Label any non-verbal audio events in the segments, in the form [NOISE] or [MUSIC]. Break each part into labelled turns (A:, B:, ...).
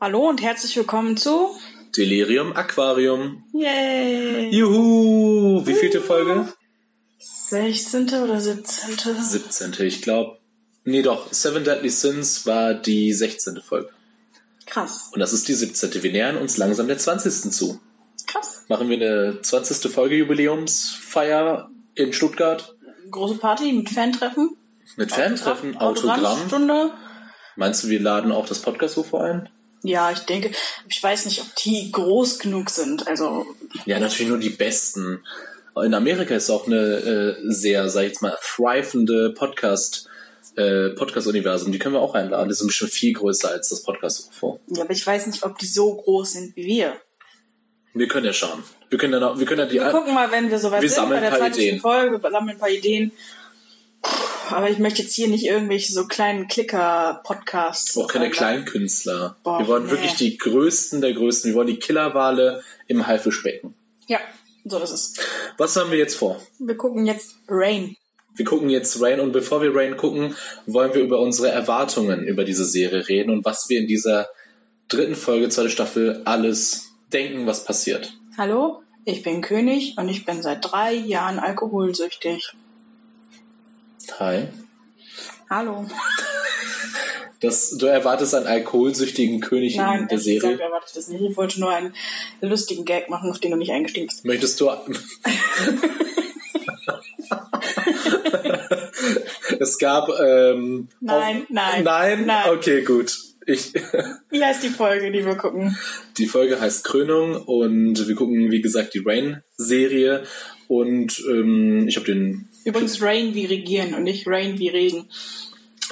A: Hallo und herzlich willkommen zu
B: Delirium Aquarium.
A: Yay!
B: Juhu! Wie vielte Folge?
A: 16. oder 17.
B: 17. Ich glaube. Nee, doch. Seven Deadly Sins war die 16. Folge.
A: Krass,
B: Und das ist die 17. Wir nähern uns langsam der 20. zu.
A: krass.
B: Machen wir eine 20. Folge Jubiläumsfeier in Stuttgart
A: Große Party mit Fantreffen.
B: mit Fantreffen, Autogramm.
A: Autogrammstunde.
B: Meinst du, wir laden auch das Podcast-UFO ein?
A: Ja, ich denke, ich weiß nicht, ob die groß genug sind. Also,
B: Ja, natürlich nur die besten. In Amerika ist auch eine äh, sehr, sag ich jetzt mal, thrivende Podcast, äh, Podcast-Universum. Die können wir auch einladen. Die sind bestimmt viel größer als das Podcast-UFO.
A: ja, aber ich weiß nicht, ob die so groß sind wie wir.
B: Wir können ja schauen. Wir können ja noch, wir können ja die,
A: Wir gucken mal, wenn wir soweit
B: Äh, Wir
A: sind bei
B: sammeln
A: der
B: ein paar
A: 20.
B: Ideen.
A: Folge, wir sammeln ein paar Ideen. Puh, Aber ich möchte jetzt hier nicht irgendwelche so kleinen Klicker-Podcasts.
B: auch keine
A: einladen.
B: Kleinkünstler.
A: Boah,
B: wir wollen
A: nee.
B: wirklich die größten der größten. Wir wollen die Killerwale im Haifischbecken.
A: Ja, so ist es.
B: Was haben wir jetzt vor?
A: Wir gucken jetzt Rain.
B: Wir gucken jetzt Rain und bevor wir Rain gucken, wollen wir über unsere Erwartungen über diese Serie reden und was wir in dieser dritten Folge, zweite Staffel alles denken, was passiert.
A: Hallo, ich bin König und ich bin seit drei Jahren alkoholsüchtig.
B: Hi.
A: Hallo.
B: Das, du erwartest einen alkoholsüchtigen König in
A: Nein,
B: der
A: ehrlich gesagt
B: Serie.
A: erwarte ich das nicht. Ich wollte nur einen lustigen Gag machen, auf den du nicht eingestiegen bist. [LAUGHS]
B: Möchtest du. es gab. Ähm,
A: Nein, nein,
B: nein.
A: nein.
B: Okay, gut. Ich,
A: Wie heißt die Folge, die wir gucken?
B: die Folge heißt Krönung und wir gucken, wie gesagt, die Rain-Serie. Und ähm, ich habe den.
A: Übrigens Rain wie Regieren und nicht Rain wie Regen.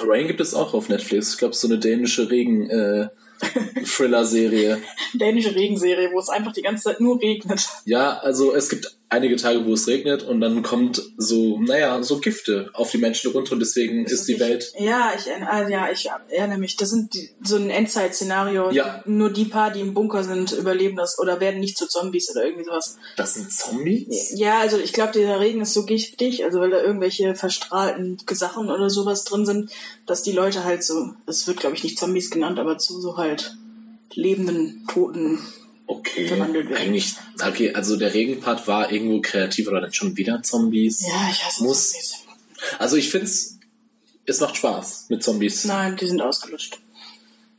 B: Rain gibt es auch auf Netflix. Ich glaube, so eine dänische Regen-Thriller-Serie.
A: Dänische Regenserie, wo es einfach die ganze Zeit nur regnet.
B: Ja, also es gibt einige Tage, wo es regnet und dann kommt so, naja, so Gifte auf die Menschen runter und deswegen ist die
A: Ich-
B: Welt.
A: Ja, ich, erinn- ah, ja, ich erinnere mich. Das sind die, so ein Endzeit-Szenario.
B: Ja.
A: Nur die paar, die im Bunker sind, überleben das oder werden nicht zu Zombies oder irgendwie sowas.
B: Das sind Zombies?
A: Ja, also ich glaube, dieser Regen ist so giftig, also weil da irgendwelche verstrahlten Sachen oder sowas drin sind, dass die Leute halt so, es wird glaube ich nicht Zombies genannt, aber zu so halt lebenden, toten.
B: Okay.
A: Verwandelt werden.
B: Eigentlich, okay, also der Regenpart war irgendwo kreativ oder dann schon wieder Zombies.
A: Ja, ich hasse
B: Muss-
A: Zombies.
B: Also ich find's, es macht Spaß mit Zombies.
A: Nein, die sind ausgelutscht.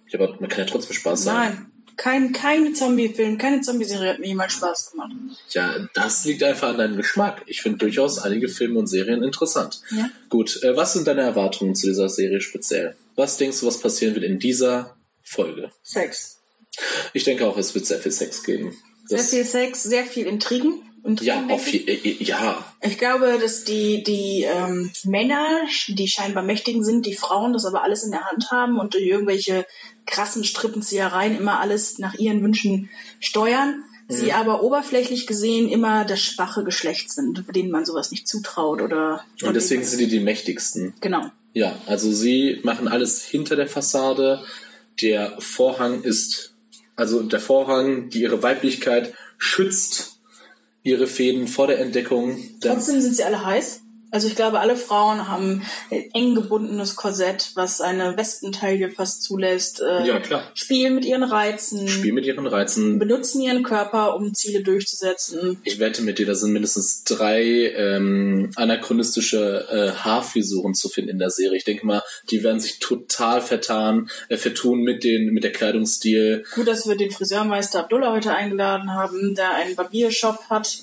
B: Ja, aber man kann ja trotzdem Spaß haben.
A: Nein, kein, keine Zombie-Film, keine Zombie-Serie hat mir jemals Spaß gemacht.
B: Ja, das liegt einfach an deinem Geschmack. Ich finde durchaus einige Filme und Serien interessant.
A: Ja.
B: Gut, äh, was sind deine Erwartungen zu dieser Serie speziell? Was denkst du, was passieren wird in dieser Folge?
A: Sex.
B: Ich denke auch, es wird sehr viel Sex geben.
A: Sehr
B: Das,
A: viel Sex, sehr viel Intrigen.
B: ja,
A: Intrigen
B: auf, je- äh, ja,
A: Ich glaube, dass die, die ähm, Männer, die scheinbar Mächtigen sind, die Frauen das aber alles in der Hand haben und durch irgendwelche krassen Strippenziehereien immer alles nach ihren Wünschen steuern.
B: Mhm.
A: Sie aber oberflächlich gesehen immer das schwache Geschlecht sind, denen man sowas nicht zutraut oder.
B: und deswegen sind die die mächtigsten.
A: Genau.
B: Ja, also sie machen alles hinter der Fassade. Der Vorhang ist, also der Vorhang, die ihre Weiblichkeit schützt ihre Fäden vor der Entdeckung. Denn,
A: Trotzdem sind sie alle heiß. Also ich glaube, alle Frauen haben ein eng gebundenes Korsett, was eine Wespenteile fast zulässt. Äh,
B: ja, klar.
A: Spielen mit ihren Reizen.
B: Spiel mit ihren Reizen.
A: Benutzen ihren Körper, um Ziele durchzusetzen.
B: Ich wette mit dir, da sind mindestens drei ähm, anachronistische äh, Haarfrisuren zu finden in der Serie. Ich denke mal, die werden sich total vertan, äh, vertun mit den, mit der Kleidungsstil.
A: Gut, dass wir den Friseurmeister Abdullah heute eingeladen haben, der einen Barbiershop hat.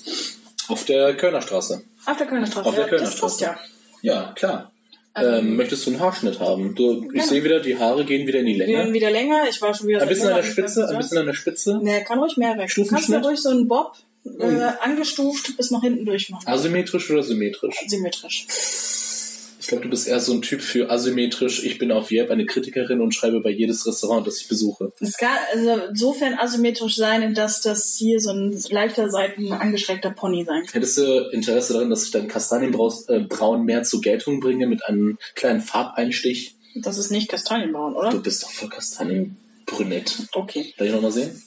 B: Auf der Kölnerstraße.
A: Auf der Kölner Straße.
B: Auf der
A: Ja,
B: Kölner
A: das passt
B: Straße.
A: ja.
B: Ja, klar. Ähm, möchtest du einen Haarschnitt haben? Du, ich
A: Ja.
B: sehe wieder, die Haare gehen wieder in die
A: Wir
B: Länge.
A: werden wieder länger. Ich war schon wieder
B: Ein bisschen an der
A: Monaten beim
B: Spitze, ein bisschen
A: Friseur.
B: an der Spitze.
A: Nee, kann ruhig mehr weg. Du kannst mir
B: Stufenschnitt?
A: ruhig so einen Bob äh, angestuft bis nach hinten durchmachen.
B: Asymmetrisch oder symmetrisch?
A: Symmetrisch.
B: Ich glaube, du bist eher so ein Typ für asymmetrisch. Ich bin auf Yelp eine Kritikerin und schreibe bei jedes Restaurant, das ich besuche.
A: Es kann also insofern asymmetrisch sein, dass das hier so ein leichter Seiten angeschrägter Pony sein kann.
B: Hättest du Interesse daran, dass ich deinen Kastanienbraun äh, Braun mehr zur Geltung bringe mit einem kleinen Farbeinstich?
A: Das ist nicht Kastanienbraun,
B: Du
A: oder?
B: bist doch voll Kastanienbrünett.
A: Okay.
B: Darf ich nochmal sehen?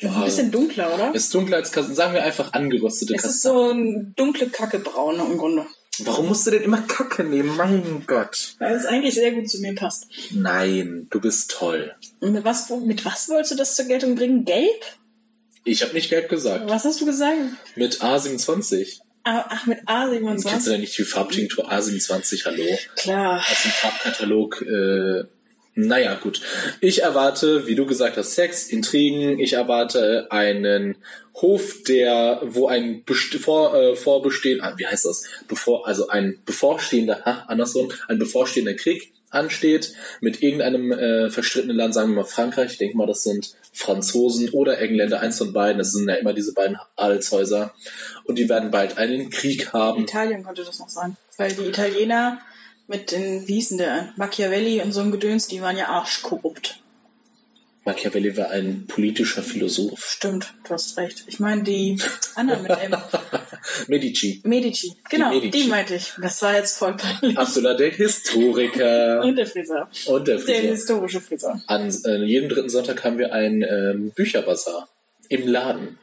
A: Das ist ein bisschen dunkler, oder?
B: Ist dunkler als Kastanien. Sagen wir einfach angeröstete
A: Es ist
B: Kastanien.
A: so ein dunkle Kacke braun im Grunde.
B: Warum musst du denn immer Kacke nehmen? Mein Gott.
A: Weil es eigentlich sehr gut zu mir passt.
B: Nein, du bist toll.
A: Und mit was, mit was wolltest du das zur Geltung bringen? Gelb?
B: Ich habe nicht gelb gesagt.
A: Was hast du gesagt?
B: Mit A27.
A: Ah, Ach, mit
B: Kennst du
A: A27.
B: denn nicht die Farbtinktur A27? Hallo.
A: Klar.
B: Aus dem Farbkatalog. Äh, naja, gut. Ich erwarte, wie du gesagt hast, Sex, Intrigen. Ich erwarte einen Hof, der, wo ein best- vor, äh, vorbestehend, ah, wie heißt das? Bevor, also ein bevorstehender, ha, andersrum, ein bevorstehender Krieg ansteht mit irgendeinem äh, verstrittenen Land, sagen wir mal Frankreich. Ich denke mal, das sind Franzosen oder Engländer, eins von beiden. Das sind ja immer diese beiden Adelshäuser. Und die werden bald einen Krieg haben.
A: Italien konnte das noch sein. Weil die Italiener mit den, wie hießen der, Machiavelli und so ein Gedöns, die waren ja arschkorrupt.
B: Machiavelli war ein politischer Philosoph.
A: Stimmt, du hast recht. Ich meine die anderen mit M.
B: [LAUGHS] Medici.
A: Medici. Genau, die,
B: Medici.
A: meinte ich. Das war jetzt voll peinlich.
B: Abdullah, der Historiker
A: Und [LAUGHS] der Friseur.
B: und der
A: Der
B: Friseur.
A: historische Friseur.
B: An äh, jedem dritten Sonntag haben wir ein ähm, Bücherbazar im Laden.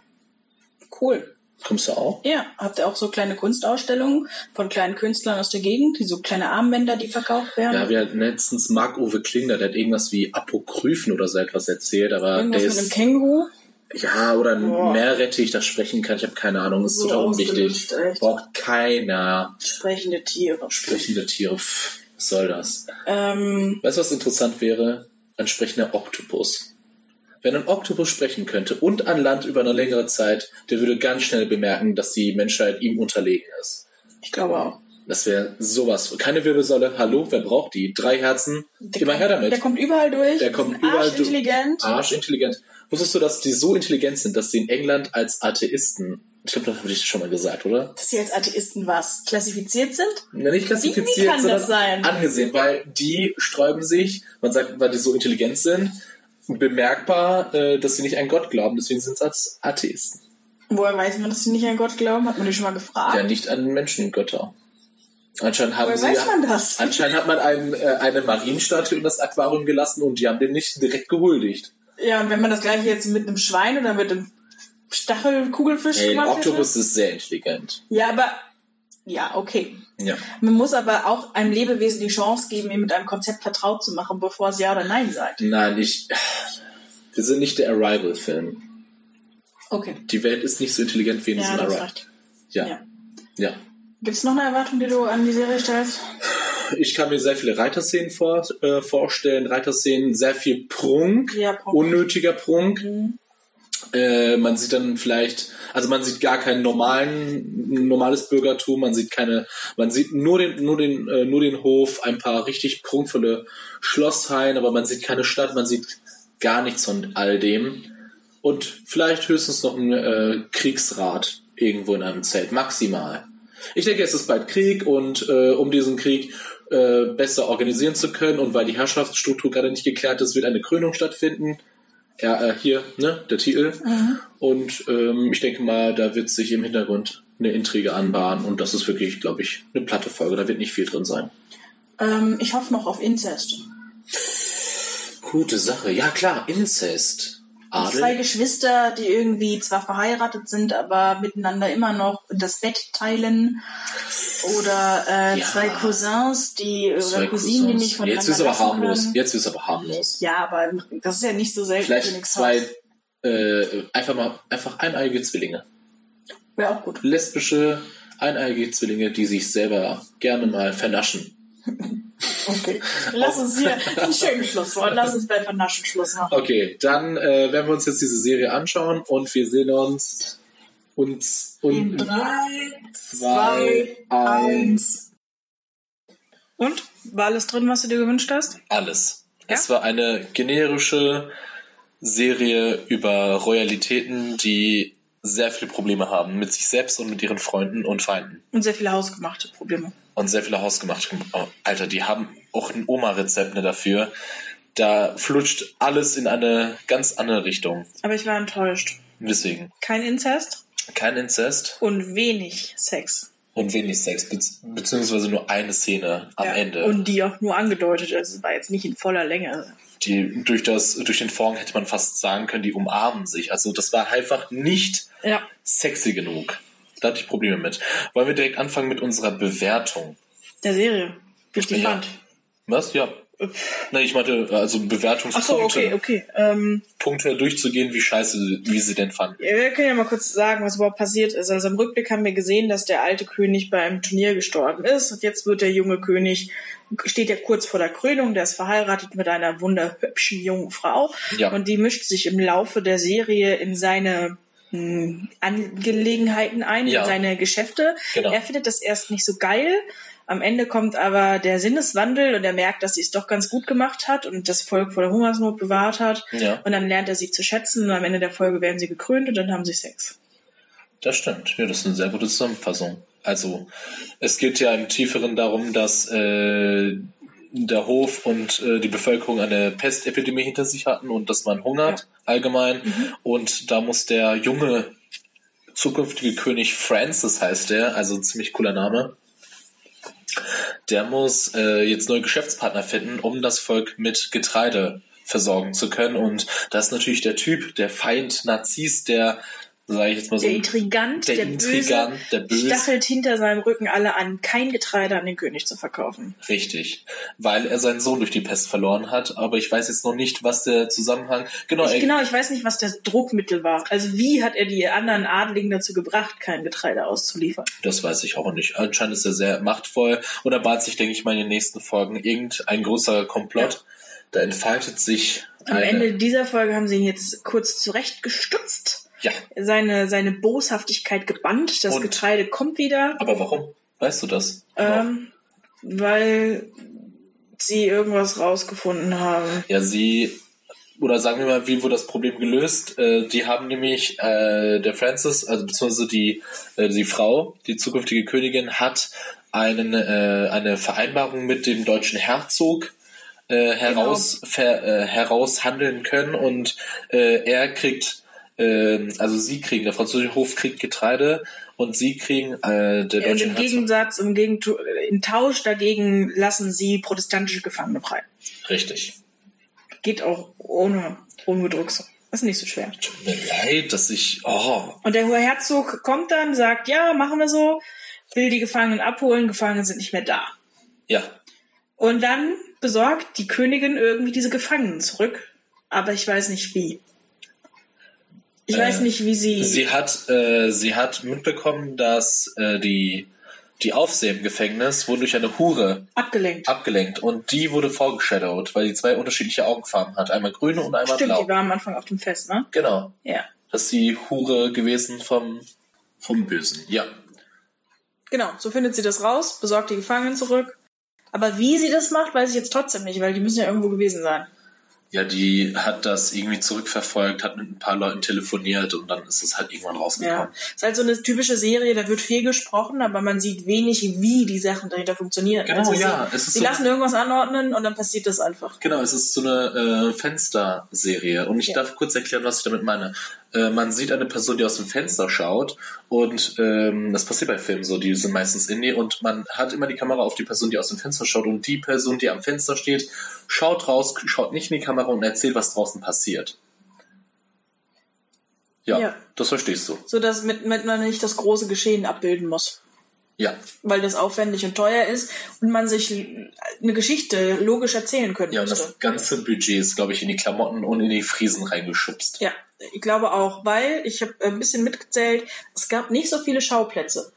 A: Cool.
B: Kommst du auch?
A: Ja, habt ihr auch so kleine Kunstausstellungen von kleinen Künstlern aus der Gegend, die so kleine Armbänder, die verkauft werden?
B: Ja, wir hatten letztens Marc-Uwe Klinger, der hat irgendwas wie Apokryphen oder so etwas erzählt, aber
A: Irgendwas
B: der
A: mit einem
B: ist,
A: Känguru?
B: ja, oder ein
A: Boah.
B: Meerrettich, das sprechen kann, ich habe keine Ahnung, ist
A: So
B: total unwichtig.
A: ausgelutscht, echt.
B: Braucht keiner
A: Sprechende Tiere.
B: sprechende Tiere, pff, was soll das?
A: Ähm,
B: Weißt du, was interessant wäre? Ein sprechender Oktopus. Wenn ein Oktopus sprechen könnte und an Land über eine längere Zeit, der würde ganz schnell bemerken, dass die Menschheit ihm unterlegen ist.
A: ich glaube auch.
B: Das wäre sowas. Keine Wirbelsäule. Hallo, wer braucht die? Drei Herzen. Immer her damit.
A: Der kommt überall durch.
B: Der kommt
A: ist ein
B: überall Ah. durch.
A: arschintelligent.
B: Arschintelligent. Wusstest du, dass die so intelligent sind, dass sie in England als Atheisten, ich glaube, das habe ich schon mal gesagt, oder?
A: Dass sie als Atheisten was klassifiziert sind?
B: Na, nicht
A: Wie
B: klassifiziert,
A: kann
B: sondern
A: das sein?
B: angesehen, weil die sträuben sich, man sagt, weil die so intelligent sind, bemerkbar, äh, dass sie nicht an Gott glauben, deswegen sind sie als Atheisten.
A: Woher weiß man, dass sie nicht an Gott glauben? Hat man die schon mal gefragt?
B: Ja, nicht an Menschengötter. Anscheinend haben
A: Woher
B: sie
A: weiß man das?
B: [LAUGHS] Anscheinend hat man einen, äh, eine Marienstatue in das Aquarium gelassen und die haben den nicht direkt gehuldigt.
A: Ja, und wenn man das gleiche jetzt mit einem Schwein oder mit einem Stachelkugelfisch
B: Hey, ein
A: gemacht
B: Oktopus ist sehr
A: hätte?
B: intelligent.
A: Ja, aber. Ja, okay.
B: Ja.
A: Man muss aber auch einem Lebewesen die Chance geben, ihm mit einem Konzept vertraut zu machen, bevor es Ja oder Nein sagt.
B: Nein, ich. Wir sind nicht der Arrival-Film.
A: Okay.
B: Die Welt ist nicht so intelligent wie in
A: Ja,
B: diesem
A: du hast
B: Arrival.
A: recht.
B: Ja.
A: Ja.
B: ja.
A: Gibt es noch eine Erwartung, die du an die Serie stellst?
B: Ich kann mir sehr viele Reiterszenen vor, äh, vorstellen. Reiterszenen, sehr viel Prunk,
A: Ja, Prunk.
B: unnötiger Prunk. Äh, man sieht dann vielleicht, also man sieht gar keinen normalen, normales Bürgertum, man sieht keine, man sieht nur den, nur den, äh, nur den Hof, ein paar richtig prunkvolle Schlosshallen, aber man sieht keine Stadt, man sieht gar nichts von all dem. Und vielleicht höchstens noch ein äh, Kriegsrat irgendwo in einem Zelt, maximal. Ich denke, es ist bald Krieg und äh, um diesen Krieg äh, besser organisieren zu können und weil die Herrschaftsstruktur gerade nicht geklärt ist, wird eine Krönung stattfinden. Ja, äh, hier, ne, der Titel.
A: Mhm.
B: Und ähm, ich denke mal, da wird sich im Hintergrund eine Intrige anbahnen und das ist wirklich, glaube ich, eine platte Folge. Da wird nicht viel drin sein.
A: Ähm, ich hoffe noch auf Inzest.
B: Gute Sache. Ja, klar, Inzest.
A: Zwei
B: Adel.
A: Geschwister, die irgendwie zwar verheiratet sind, aber miteinander immer noch das Bett teilen. Oder äh,
B: Ja.
A: zwei Cousins, die oder
B: Zwei
A: Cousinen, die
B: Cousins.
A: nicht voneinander
B: Jetzt ist aber
A: lassen
B: harmlos.
A: können.
B: Jetzt ist aber harmlos.
A: Ja, aber das ist ja nicht so selten. für
B: Vielleicht
A: nix
B: zwei,
A: Haus.
B: äh, einfach mal, einfach eineiige Zwillinge.
A: Wäre auch gut.
B: lesbische, eineiige Zwillinge, die sich selber gerne mal vernaschen.
A: Okay. Lass uns [LAUGHS] hier das ist ein schönes Schlusswort. Lass uns bei Vernaschen Schluss machen.
B: Okay, dann äh, werden wir uns jetzt diese Serie anschauen und wir sehen uns uns
A: In
B: und
A: drei, zwei,
B: zwei, eins.
A: Und? War alles drin, was du dir gewünscht hast?
B: alles.
A: Ja?
B: Es war eine generische Serie über Royalitäten, die sehr viele Probleme haben mit sich selbst und mit ihren Freunden und Feinden.
A: Und sehr viele hausgemachte Probleme.
B: und sehr viele hausgemacht. Oh, Alter, die haben auch ein Oma-Rezept ne, dafür. Da flutscht alles in eine ganz andere Richtung.
A: Aber ich war enttäuscht.
B: Deswegen
A: Kein Inzest
B: kein Inzest
A: und wenig Sex.
B: und wenig Sex, bez beziehungsweise nur eine Szene am
A: Ja,
B: Ende.
A: Und die auch nur angedeutet ist. Es war jetzt nicht in voller Länge.
B: die durch, das, durch den Fong hätte man fast sagen können, die umarmen sich. Also das war einfach nicht
A: Ja.
B: sexy genug. Da hatte ich Probleme mit. Wollen wir direkt anfangen mit unserer Bewertung?
A: Der Serie. Wie ich die
B: Ja.
A: fand.
B: Was? Ja. Nein, ich meinte, also Bewertungspunkte
A: Achso, okay, okay. Ähm,
B: Punkte durchzugehen, wie scheiße, wie sie denn fanden.
A: Ja, wir können ja mal kurz sagen, was überhaupt passiert ist. Also im Rückblick haben wir gesehen, dass der alte König bei einem Turnier gestorben ist und jetzt wird der junge König, steht ja kurz vor der Krönung, der ist verheiratet mit einer wunderhübschen jungen Frau
B: Ja.
A: und die mischt sich im Laufe der Serie in seine hm, Angelegenheiten ein,
B: Ja.
A: in seine Geschäfte.
B: Genau.
A: Er findet das erst nicht so geil. Am Ende kommt aber der Sinneswandel und er merkt, dass sie es doch ganz gut gemacht hat und das Volk vor der Hungersnot bewahrt hat.
B: Ja,
A: Und dann lernt er sie zu schätzen und am Ende der Folge werden sie gekrönt und dann haben sie Sex.
B: das stimmt. Ja, das ist eine sehr gute Zusammenfassung. Also, es geht ja im Tieferen darum, dass äh, der Hof und äh, die Bevölkerung eine Pestepidemie hinter sich hatten und dass man hungert allgemein. Und da muss der junge zukünftige König Francis heißt der, also ein ziemlich cooler Name. Der muss äh, jetzt neue Geschäftspartner finden, um das Volk mit Getreide versorgen zu können. Und das ist natürlich der Typ, der Feind Nazis, der, sage ich jetzt mal so,
A: Der Intrigant, der,
B: der Intrigant, der
A: Böse,
B: Böse,
A: stachelt hinter seinem Rücken alle an, kein Getreide an den König zu verkaufen.
B: Richtig, weil er seinen Sohn durch die Pest verloren hat, aber ich weiß jetzt noch nicht, was der Zusammenhang. Genau,
A: Ich,
B: er,
A: genau, ich weiß nicht, was das Druckmittel war. Also wie hat er die anderen Adligen dazu gebracht, kein Getreide auszuliefern?
B: das weiß ich auch nicht. Anscheinend ist er sehr machtvoll und er bat sich, denke ich mal, in den nächsten Folgen irgendein größerer Komplott. Da entfaltet sich
A: Am
B: eine,
A: Ende dieser Folge haben sie ihn jetzt kurz zurechtgestutzt,
B: Ja,
A: seine, seine Boshaftigkeit gebannt, das
B: Und- Genau.
A: Getreide kommt wieder,
B: aber warum? Weißt du das?
A: ähm, weil sie irgendwas rausgefunden haben.
B: Ja, sie oder sagen wir mal, wie wurde das Problem gelöst? Äh, die haben nämlich äh, der Francis, also beziehungsweise die äh, die Frau, die zukünftige Königin, hat einen äh, eine Vereinbarung mit dem deutschen Herzog äh, heraus
A: Genau.
B: ver, äh, heraushandeln können und äh, er kriegt ähm, also sie kriegen, der französische Hof kriegt Getreide und sie kriegen äh, der
A: Und
B: deutsche
A: im
B: Herzog.
A: Gegensatz, im, Gegentu äh, im Tausch dagegen lassen sie protestantische Gefangene frei.
B: Richtig.
A: Geht auch ohne Rumgedruckse. Ist nicht so schwer.
B: Tut mir leid, dass ich. Oh,
A: Und der hohe Herzog kommt dann, sagt, ja, machen wir so, will die Gefangenen abholen, Gefangene sind nicht mehr da.
B: ja,
A: Und dann besorgt die Königin irgendwie diese Gefangenen zurück. Aber ich weiß nicht wie. Ich
B: Äh,
A: weiß nicht, wie sie.
B: Sie hat, äh, sie hat mitbekommen, dass äh, die, die Aufseher im Gefängnis wurden durch eine Hure
A: abgelenkt.
B: abgelenkt und die wurde vorgeshadowed, weil die zwei unterschiedliche Augenfarben hat. Einmal grüne und einmal
A: Stimmt,
B: blau.
A: die war am Anfang auf dem Fest, ne?
B: Genau.
A: Ja.
B: Das ist die Hure gewesen vom, vom Bösen. Ja.
A: Genau, so findet sie das raus, besorgt die Gefangenen zurück. Aber wie sie das macht, weiß ich jetzt trotzdem nicht, weil die müssen ja irgendwo gewesen sein.
B: Ja, die hat das irgendwie zurückverfolgt, hat mit ein paar Leuten telefoniert und dann ist es halt irgendwann
A: Ja.
B: rausgekommen.
A: Ist halt so eine typische Serie, da wird viel gesprochen, aber man sieht wenig, wie die Sachen dahinter funktionieren. Also
B: Genau, ja,
A: Sie,
B: es ist
A: sie
B: so-
A: lassen irgendwas anordnen und dann passiert das einfach.
B: Genau, es ist so eine äh, Fensterserie. Und ich
A: Ja.
B: darf kurz erklären, was ich damit meine. Äh, man sieht eine Person, die aus dem Fenster schaut. Und ähm, das passiert bei Filmen so, die sind meistens Indie. Und man hat immer die Kamera auf die Person, die aus dem Fenster schaut. Und die Person, die am Fenster steht, schaut raus, schaut nicht in die Kamera und erzählt, was draußen passiert. Ja,
A: Ja.
B: das verstehst du.
A: So dass mit, mit man nicht das große Geschehen abbilden muss.
B: Ja,
A: Weil das aufwendig und teuer ist und man sich eine Geschichte logisch erzählen können
B: ja und
A: müsste.
B: das ganze Budget ist, glaube ich, in die Klamotten und in die Friesen reingeschubst.
A: Ja, ich glaube auch, weil ich habe ein bisschen mitgezählt, es gab nicht so viele Schauplätze.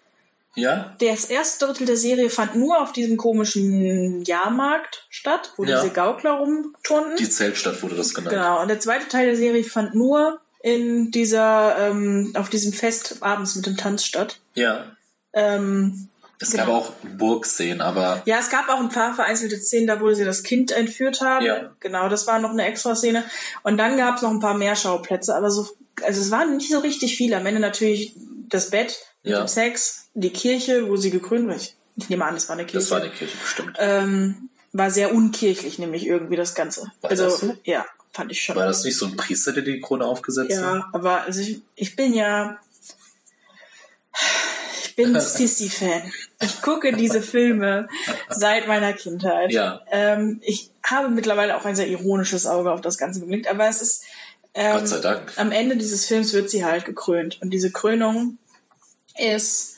B: Ja?
A: Das erste Drittel der Serie fand nur auf diesem komischen Jahrmarkt statt, wo
B: Ja.
A: diese Gaukler rumturnten.
B: Die Zeltstadt wurde das genannt.
A: genau. Und der zweite Teil der Serie fand nur in dieser, ähm, auf diesem Fest abends mit dem Tanz statt.
B: Ja.
A: Ähm,
B: Es
A: Genau.
B: gab auch Burgszenen, aber
A: ja, es gab auch ein paar vereinzelte Szenen, da wo sie das Kind entführt haben.
B: Ja.
A: Genau, das war noch eine extra Szene. Und dann gab es noch ein paar mehr Schauplätze, aber so, also es waren nicht so richtig viele. Am Ende natürlich das Bett, mit
B: Ja.
A: dem Sex, die Kirche, wo sie gekrönt wird. Ich nehme an, das war eine Kirche.
B: das war die Kirche bestimmt.
A: ähm, war sehr unkirchlich, nämlich irgendwie das Ganze.
B: War
A: also,
B: das so?
A: ja, fand ich schon.
B: War das nicht so ein Priester, der die Krone aufgesetzt hat?
A: ja, aber also ich, ich bin ja. Ich
B: [LAUGHS]
A: bin Sissy-Fan. Ich gucke diese Filme seit meiner Kindheit.
B: Ja.
A: Ähm, ich habe mittlerweile auch ein sehr ironisches Auge auf das Ganze geblickt, aber es ist. Ähm,
B: Gott sei Dank.
A: Am Ende dieses Films wird sie halt gekrönt. Und diese Krönung ist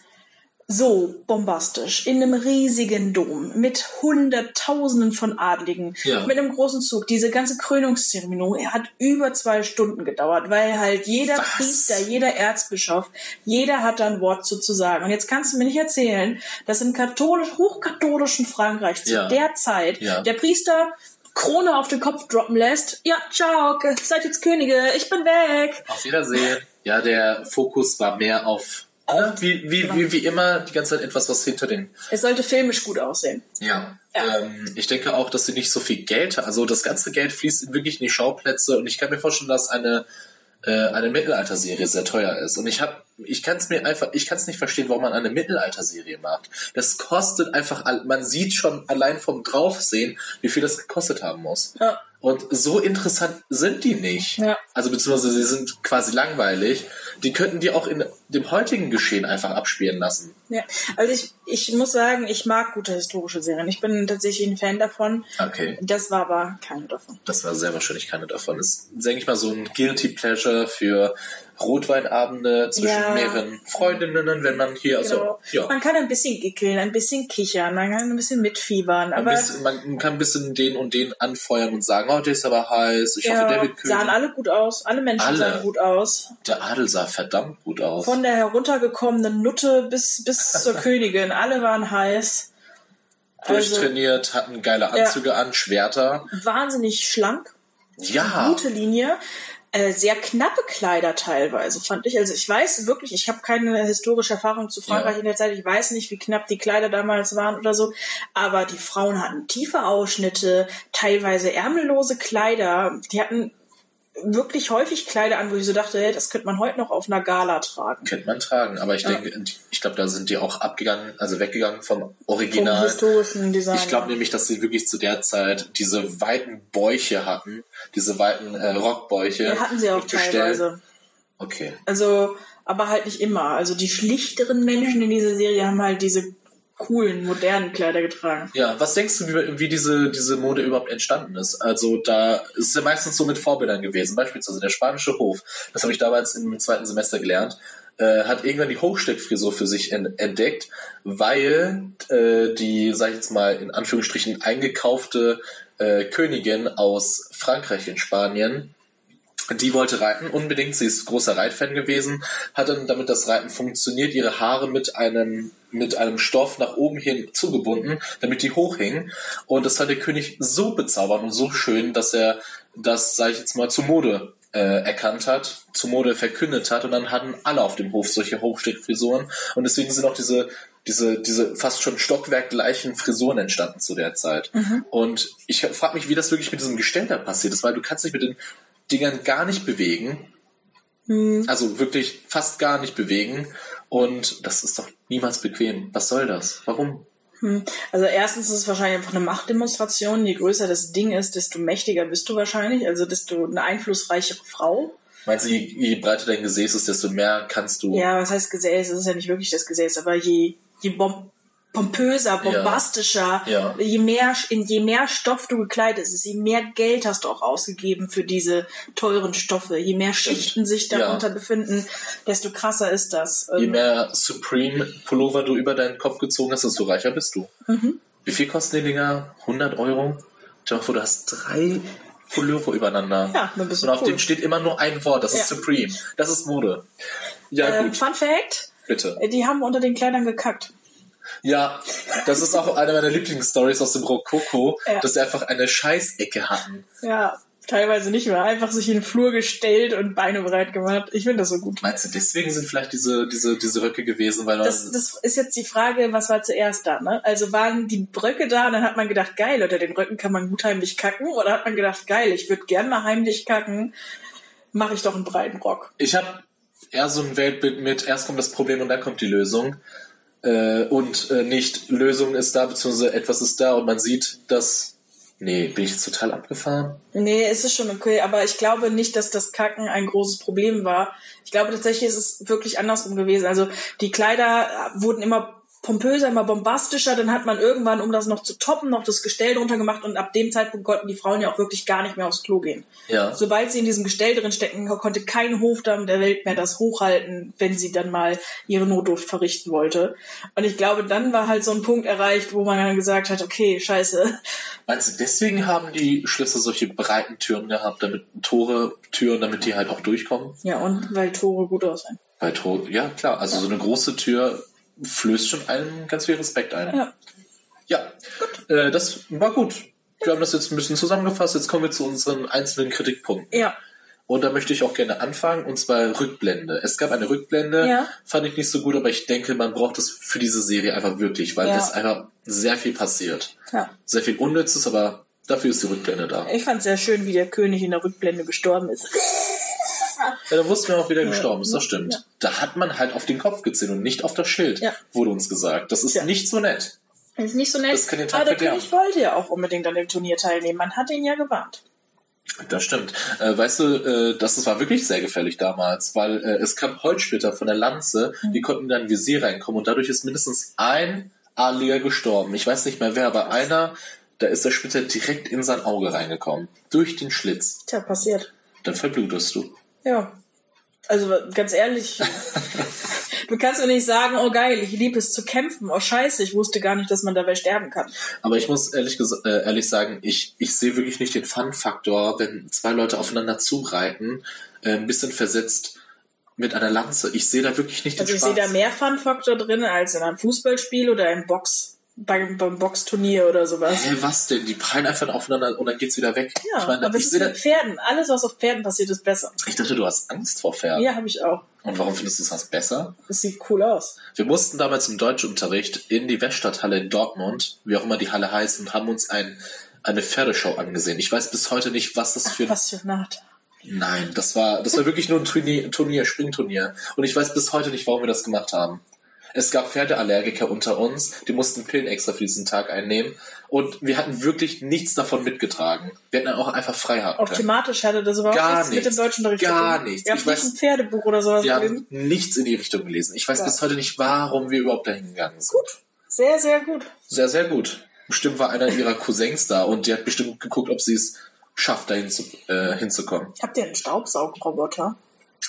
A: so bombastisch in einem riesigen Dom mit Hunderttausenden von Adligen,
B: Ja.
A: mit einem großen Zug. Diese ganze Krönungszeremonie hat über zwei Stunden gedauert, weil halt jeder
B: Was?
A: Priester, jeder Erzbischof, jeder hat da ein Wort zu, zu sagen. Und jetzt kannst du mir nicht erzählen, dass im katholisch, hochkatholischen Frankreich zu
B: Ja.
A: der Zeit
B: Ja.
A: der Priester Krone auf den Kopf droppen lässt. Ja, ciao, seid jetzt Könige, ich bin weg.
B: Auf Wiedersehen. Ja, der Fokus war mehr auf, ne, wie, wie, wie, wie immer, die ganze Zeit etwas, was hinter den
A: Es sollte filmisch gut aussehen.
B: Ja.
A: Ja.
B: Ähm, ich denke auch, dass sie nicht so viel Geld, also das ganze Geld fließt wirklich in die Schauplätze und ich kann mir vorstellen, dass eine, äh, eine Mittelalterserie sehr teuer ist. Und ich habe, ich kann es mir einfach, ich kann es nicht verstehen, warum man eine Mittelalterserie macht. Das kostet einfach, all- man sieht schon allein vom Draufsehen, wie viel das gekostet haben muss.
A: Ja.
B: Und so interessant sind die nicht.
A: Ja.
B: Also beziehungsweise sie sind quasi langweilig. Die könnten die auch in dem heutigen Geschehen einfach abspielen lassen.
A: Ja, also ich, ich muss sagen, ich mag gute historische Serien. Ich bin tatsächlich ein Fan davon.
B: Okay.
A: Das war aber keine davon.
B: das war sehr wahrscheinlich keine davon. Das ist, denke ich mal, so ein Guilty Pleasure für Rotweinabende zwischen
A: Ja.
B: mehreren Freundinnen, wenn man hier, also,
A: Genau.
B: ja.
A: Man kann ein bisschen gickeln, ein bisschen kichern, man kann ein bisschen mitfiebern,
B: Ein
A: aber
B: bisschen, man kann ein bisschen den und den anfeuern und sagen, oh, der ist aber heiß, ich hoffe, der
A: ja,
B: wird
A: sahen
B: König.
A: alle gut aus, alle Menschen
B: Alle.
A: sahen gut aus.
B: Der Adel sah verdammt gut aus.
A: Von der heruntergekommenen Nutte bis, bis
B: [LAUGHS]
A: zur Königin, alle waren heiß. Also
B: Durchtrainiert, hatten geile
A: Ja.
B: Anzüge an, Schwerter.
A: wahnsinnig schlank,
B: Ja,
A: gute Linie. Äh, sehr knappe Kleider teilweise, fand ich. Also ich weiß wirklich, ich habe keine historische Erfahrung zu Frankreich
B: Ja.
A: in der Zeit. Ich weiß nicht, wie knapp die Kleider damals waren oder so. Aber die Frauen hatten tiefe Ausschnitte, teilweise ärmellose Kleider. Die hatten wirklich häufig Kleider an, wo ich so dachte, hey, das könnte man heute noch auf einer Gala tragen.
B: könnte man tragen, aber ich
A: Ja.
B: denke, ich glaube, da sind die auch abgegangen, also weggegangen vom
A: Vom
B: Original.
A: historischen Design.
B: Ich glaube nämlich, dass sie wirklich zu der Zeit diese weiten Bäuche hatten, diese weiten äh, Rockbäuche.
A: ja, hatten sie auch
B: mit Gestell.
A: teilweise.
B: Okay.
A: Also, aber halt nicht immer. Also die schlichteren Menschen in dieser Serie haben halt diese coolen, modernen Kleider getragen.
B: Ja, was denkst du, wie, wie diese, diese Mode überhaupt entstanden ist? Also da ist es ja meistens so mit Vorbildern gewesen. Beispielsweise der spanische Hof, das habe ich damals im zweiten Semester gelernt, äh, hat irgendwann die Hochsteckfrisur für sich en- entdeckt, weil äh, die, sag ich jetzt mal, in Anführungsstrichen eingekaufte äh, Königin aus Frankreich in Spanien, die wollte reiten, unbedingt, sie ist großer Reitfan gewesen, hat dann, damit das Reiten funktioniert, ihre Haare mit einem, mit einem Stoff nach oben hin zugebunden, damit die hochhingen. Und das hat der König so bezaubert und so schön, dass er das, sage ich jetzt mal, zur Mode äh, erkannt hat, zur Mode verkündet hat und dann hatten alle auf dem Hof solche Hochsteckfrisuren und deswegen sind auch diese diese, diese fast schon stockwerkgleichen Frisuren entstanden zu der Zeit. Und ich frage mich, wie das wirklich mit diesem Gestell da passiert ist, weil du kannst dich mit den Dingern gar nicht bewegen. Also wirklich fast gar nicht bewegen. Und das ist doch niemals bequem. Was soll das? Warum?
A: Also erstens ist es wahrscheinlich einfach eine Machtdemonstration. Je größer das Ding ist, desto mächtiger bist du wahrscheinlich, also desto eine einflussreichere Frau.
B: Meinst du, je, je breiter dein Gesäß ist, desto mehr kannst du.
A: Ja, was heißt Gesäß? Das ist ja nicht wirklich das Gesäß, aber je, je bom pompöser, bombastischer,
B: Ja.
A: je mehr in je mehr Stoff du gekleidet bist, je mehr Geld hast du auch ausgegeben für diese teuren Stoffe, je mehr Schichten sich
B: Ja.
A: darunter befinden, desto krasser ist das.
B: Je
A: Ähm,
B: mehr Supreme-Pullover du über deinen Kopf gezogen hast, desto reicher bist du.
A: Mhm.
B: Wie viel kosten die Dinger? 100 Euro? Stell dir mal vor, du hast drei Pullover übereinander.
A: Ja, dann bist du
B: Und auf
A: cool.
B: dem steht immer nur ein Wort. Das ist
A: Ja.
B: Supreme. Das ist Mode. Ja,
A: äh,
B: gut.
A: Fun Fact,
B: Bitte.
A: die haben unter den Kleidern gekackt.
B: Ja, das ist auch eine meiner Lieblingsstories aus dem Rokoko,
A: Ja.
B: dass sie einfach eine Scheißecke hatten.
A: Ja, teilweise nicht mehr. Einfach sich in den Flur gestellt und Beine breit gemacht. Ich finde das so gut.
B: Meinst du, deswegen sind vielleicht diese, diese, diese Röcke gewesen, weil man.
A: Das, das ist jetzt die Frage, was war zuerst da, ne? Also waren die Bröcke da und dann hat man gedacht, geil, unter den Röcken kann man gut heimlich kacken. Oder hat man gedacht, geil, ich würde gern mal heimlich kacken, mache ich doch einen breiten Rock.
B: ich habe eher so ein Weltbild mit, erst kommt das Problem und dann kommt die Lösung. Äh, und äh, nicht Lösung ist da, beziehungsweise etwas ist da und man sieht, dass. Nee, bin ich jetzt total abgefahren?
A: Nee, es ist schon okay, aber ich glaube nicht, dass das Kacken ein großes Problem war. Ich glaube tatsächlich ist es wirklich andersrum gewesen. Also die Kleider wurden immer pompöser, immer bombastischer. Dann hat man irgendwann, um das noch zu toppen, noch das Gestell drunter gemacht und ab dem Zeitpunkt konnten die Frauen ja auch wirklich gar nicht mehr aufs Klo gehen.
B: Ja.
A: Sobald sie in diesem Gestell drin stecken, konnte kein Hofdame der Welt mehr das hochhalten, wenn sie dann mal ihre Notdurft verrichten wollte. Und ich glaube, dann war halt so ein Punkt erreicht, wo man dann gesagt hat, okay, scheiße.
B: Meinst du, deswegen haben die Schlösser solche breiten Türen gehabt, damit Tore, Türen, damit die halt auch durchkommen?
A: Ja, und weil Tore gut aussehen.
B: Weil Tore, ja klar, also so eine große Tür flößt schon allen ganz viel Respekt ein.
A: Ja.
B: Ja, Äh, das war gut. Wir haben das jetzt ein bisschen zusammengefasst. Jetzt kommen wir zu unseren einzelnen Kritikpunkten.
A: Ja.
B: Und da möchte ich auch gerne anfangen, und zwar Rückblende. Es gab eine Rückblende,
A: Ja.
B: fand ich nicht so gut, aber ich denke, man braucht es für diese Serie einfach wirklich, weil
A: Ja.
B: es einfach sehr viel passiert.
A: ja.
B: Sehr viel Unnützes, aber dafür ist die Rückblende da.
A: Ich fand es sehr schön, wie der König in der Rückblende gestorben ist.
B: Ja, da wussten wir auch, wie der gestorben ist, das stimmt. Da hat man halt auf den Kopf gezählt und nicht auf das Schild,
A: Ja.
B: wurde uns gesagt. Das ist
A: Ja.
B: nicht so nett.
A: Ist nicht so nett.
B: Das kann den Tag
A: Aber Ah, der
B: verderben.
A: König wollte ja auch unbedingt an dem Turnier teilnehmen. Man hat ihn ja gewarnt.
B: Das stimmt. Äh, weißt du, äh, das, das war wirklich sehr gefährlich damals, weil äh, es kam Holzsplitter von der Lanze,
A: Mhm.
B: die konnten in dein Visier reinkommen und dadurch ist mindestens ein Adliger gestorben. Ich weiß nicht mehr wer, aber einer, da ist der Splitter direkt in sein Auge reingekommen. Durch den Schlitz.
A: Tja, passiert.
B: Dann verblutest du.
A: Ja. Also ganz
B: [LAUGHS]
A: ehrlich, du kannst mir nicht sagen, oh geil, ich liebe es zu kämpfen. Oh scheiße, ich wusste gar nicht, dass man dabei sterben kann.
B: Aber ich muss ehrlich, ges- äh, ehrlich sagen, ich, ich sehe wirklich nicht den Fun-Faktor, wenn zwei Leute aufeinander zureiten, äh, ein bisschen versetzt mit einer Lanze. Ich sehe da wirklich nicht den
A: Also ich
B: Spaß.
A: sehe da mehr Fun-Faktor drin als in einem Fußballspiel oder im Box, beim, beim Boxturnier oder sowas.
B: Hä, was denn? Die prallen einfach aufeinander und dann geht's wieder weg.
A: Ja,
B: ich, meine,
A: aber
B: ich,
A: es
B: sehe
A: ist
B: da,
A: mit Pferden. Alles, was auf Pferden passiert, ist besser.
B: ich dachte, du hast Angst vor Pferden.
A: Ja, habe ich auch.
B: Und warum findest du das besser?
A: Es sieht cool aus.
B: Wir mussten damals im Deutschunterricht in die Weststadthalle in Dortmund, wie auch immer die Halle heißt, und haben uns ein, eine Pferdeshow angesehen. Ich weiß bis heute nicht, was das für ein
A: Passionat.
B: Nein, das war, das war wirklich nur ein Turnier, Turnier, Springturnier. Und ich weiß bis heute nicht, warum wir das gemacht haben. Es gab Pferdeallergiker unter uns, die mussten Pillen extra für diesen Tag einnehmen. Und wir hatten wirklich nichts davon mitgetragen. Wir hätten auch einfach frei haben
A: Auch
B: können.
A: thematisch hatte das überhaupt
B: Gar
A: nichts mit dem
B: nichts.
A: deutschen Unterricht
B: Gar
A: zu tun.
B: nichts.
A: Ihr
B: Ich
A: habt
B: weiß-
A: nicht ein Pferdebuch oder sowas
B: Wir haben
A: gelesen.
B: nichts in die Richtung gelesen. Ich weiß
A: Ja.
B: bis heute nicht, warum wir überhaupt dahin gegangen sind. Gut.
A: Sehr, sehr gut.
B: Sehr, sehr gut. Bestimmt war einer ihrer Cousins da und die hat bestimmt geguckt, ob sie es schafft, dahin zu, äh, hinzukommen.
A: Habt ihr einen Staubsaugroboter?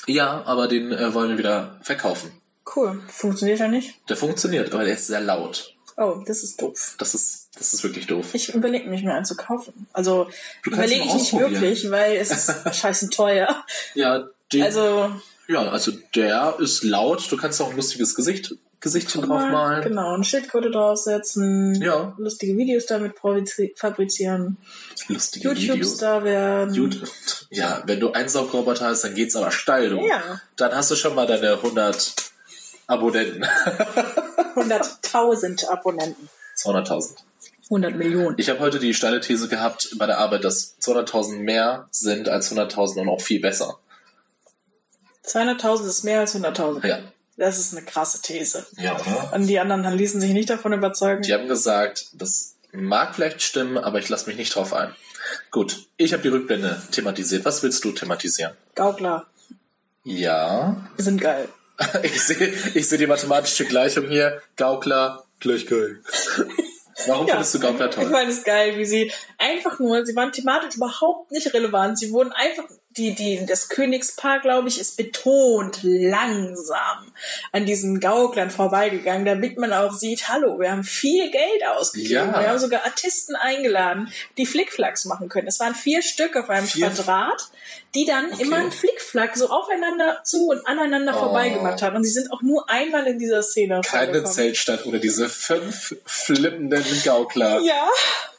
B: Ja, aber den äh, wollen wir wieder verkaufen.
A: Cool. Funktioniert ja nicht.
B: Der funktioniert, aber der ist sehr laut.
A: Oh, das ist doof.
B: Das ist, das ist wirklich doof.
A: Ich überlege mich mir einen zu kaufen. Also
B: Du kannst
A: überlege
B: ihn
A: ich nicht
B: ausprobieren.
A: wirklich, weil es
B: [LAUGHS]
A: ist scheißen teuer.
B: Ja, den, also,
A: Also
B: ja, also der ist laut. Du kannst auch ein lustiges Gesicht, Gesichtchen draufmalen.
A: genau, ein Schildkröte draufsetzen,
B: Ja.
A: lustige Videos damit provizi- fabrizieren,
B: Lustige Videos.
A: YouTube-Star werden.
B: Gut. [LAUGHS] Ja, wenn du einen Saugroboter hast, dann geht's aber steil. Du.
A: Ja.
B: Dann hast du schon mal deine 100 Abonnenten. [LAUGHS]
A: 100.000 Abonnenten.
B: 200.000.
A: 100 Millionen.
B: Ich habe heute die steile These gehabt bei der Arbeit, dass 200.000 mehr sind als 100.000 und auch viel besser.
A: 200.000 ist mehr als 100.000.
B: Ja.
A: Das ist eine krasse These.
B: Ja, oder?
A: Und die anderen ließen sich nicht davon überzeugen.
B: Die haben gesagt, das mag vielleicht stimmen, aber ich lasse mich nicht drauf ein. Gut, ich habe die Rückblende thematisiert. Was willst du thematisieren?
A: Gaukler
B: Ja,
A: sind geil.
B: [LAUGHS] ich sehe ich seh die mathematische Gleichung hier. Gaukler gleich geil. Warum findest du Gaukler
A: Ich
B: toll?
A: meine, es ist geil, wie sie einfach nur, sie waren thematisch überhaupt nicht relevant. Sie wurden einfach, die, die, das Königspaar, glaube ich, ist betont langsam an diesen Gauklern vorbeigegangen, damit man auch sieht, hallo, wir haben viel Geld ausgegeben.
B: Ja.
A: Wir haben sogar Artisten eingeladen, die Flickflacks machen können. Es waren vier Stück auf einem
B: Vier?
A: Quadrat, die dann
B: Okay.
A: immer einen Flickflack so aufeinander zu und aneinander
B: Oh.
A: vorbei gemacht haben. Und sie sind auch nur einmal in dieser Szene
B: Keine
A: vorgekommen.
B: Zeltstadt ohne diese fünf flippenden Gaukler.
A: Ja,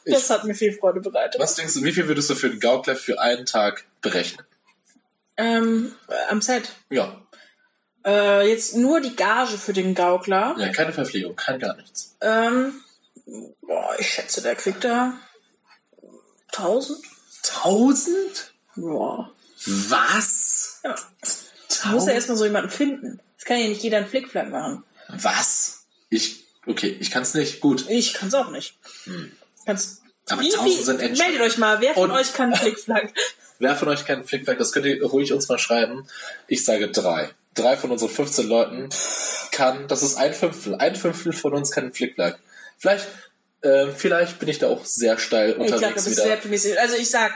A: das
B: Ich-
A: hat mir viel Freude bereitet.
B: Was denkst du, wie viel würdest du für einen Gaukler für einen Tag berechnen?
A: Ähm, äh, am Set.
B: Ja,
A: Äh, jetzt nur die Gage für den Gaukler.
B: ja keine Verpflegung, kein gar nichts.
A: Ähm, boah, ich schätze, der kriegt da 1000.
B: Tausend?
A: Boah.
B: Was?
A: Ja. Muss ja erstmal so jemanden finden. Das kann ja nicht jeder einen Flickflack machen.
B: Was? Ich, okay, ich kann es nicht. Gut.
A: Ich kann's auch nicht. Kannst,
B: Hm. Aber
A: wie,
B: 1000
A: wie,
B: sind echt-
A: Meldet euch mal, wer von
B: Und- [LAUGHS]
A: euch kann einen Flickflack?
B: Wer von euch kann Flickwerk? Das könnt ihr ruhig uns mal schreiben. Ich sage drei. drei von unseren 15 Leuten kann, das ist ein Fünftel, ein Fünftel von uns kann Flickflack. Vielleicht, äh, vielleicht bin ich da auch sehr steil
A: Ich glaube,
B: unterwegs
A: das ist
B: wieder.
A: sehr optimistisch. Also ich sag,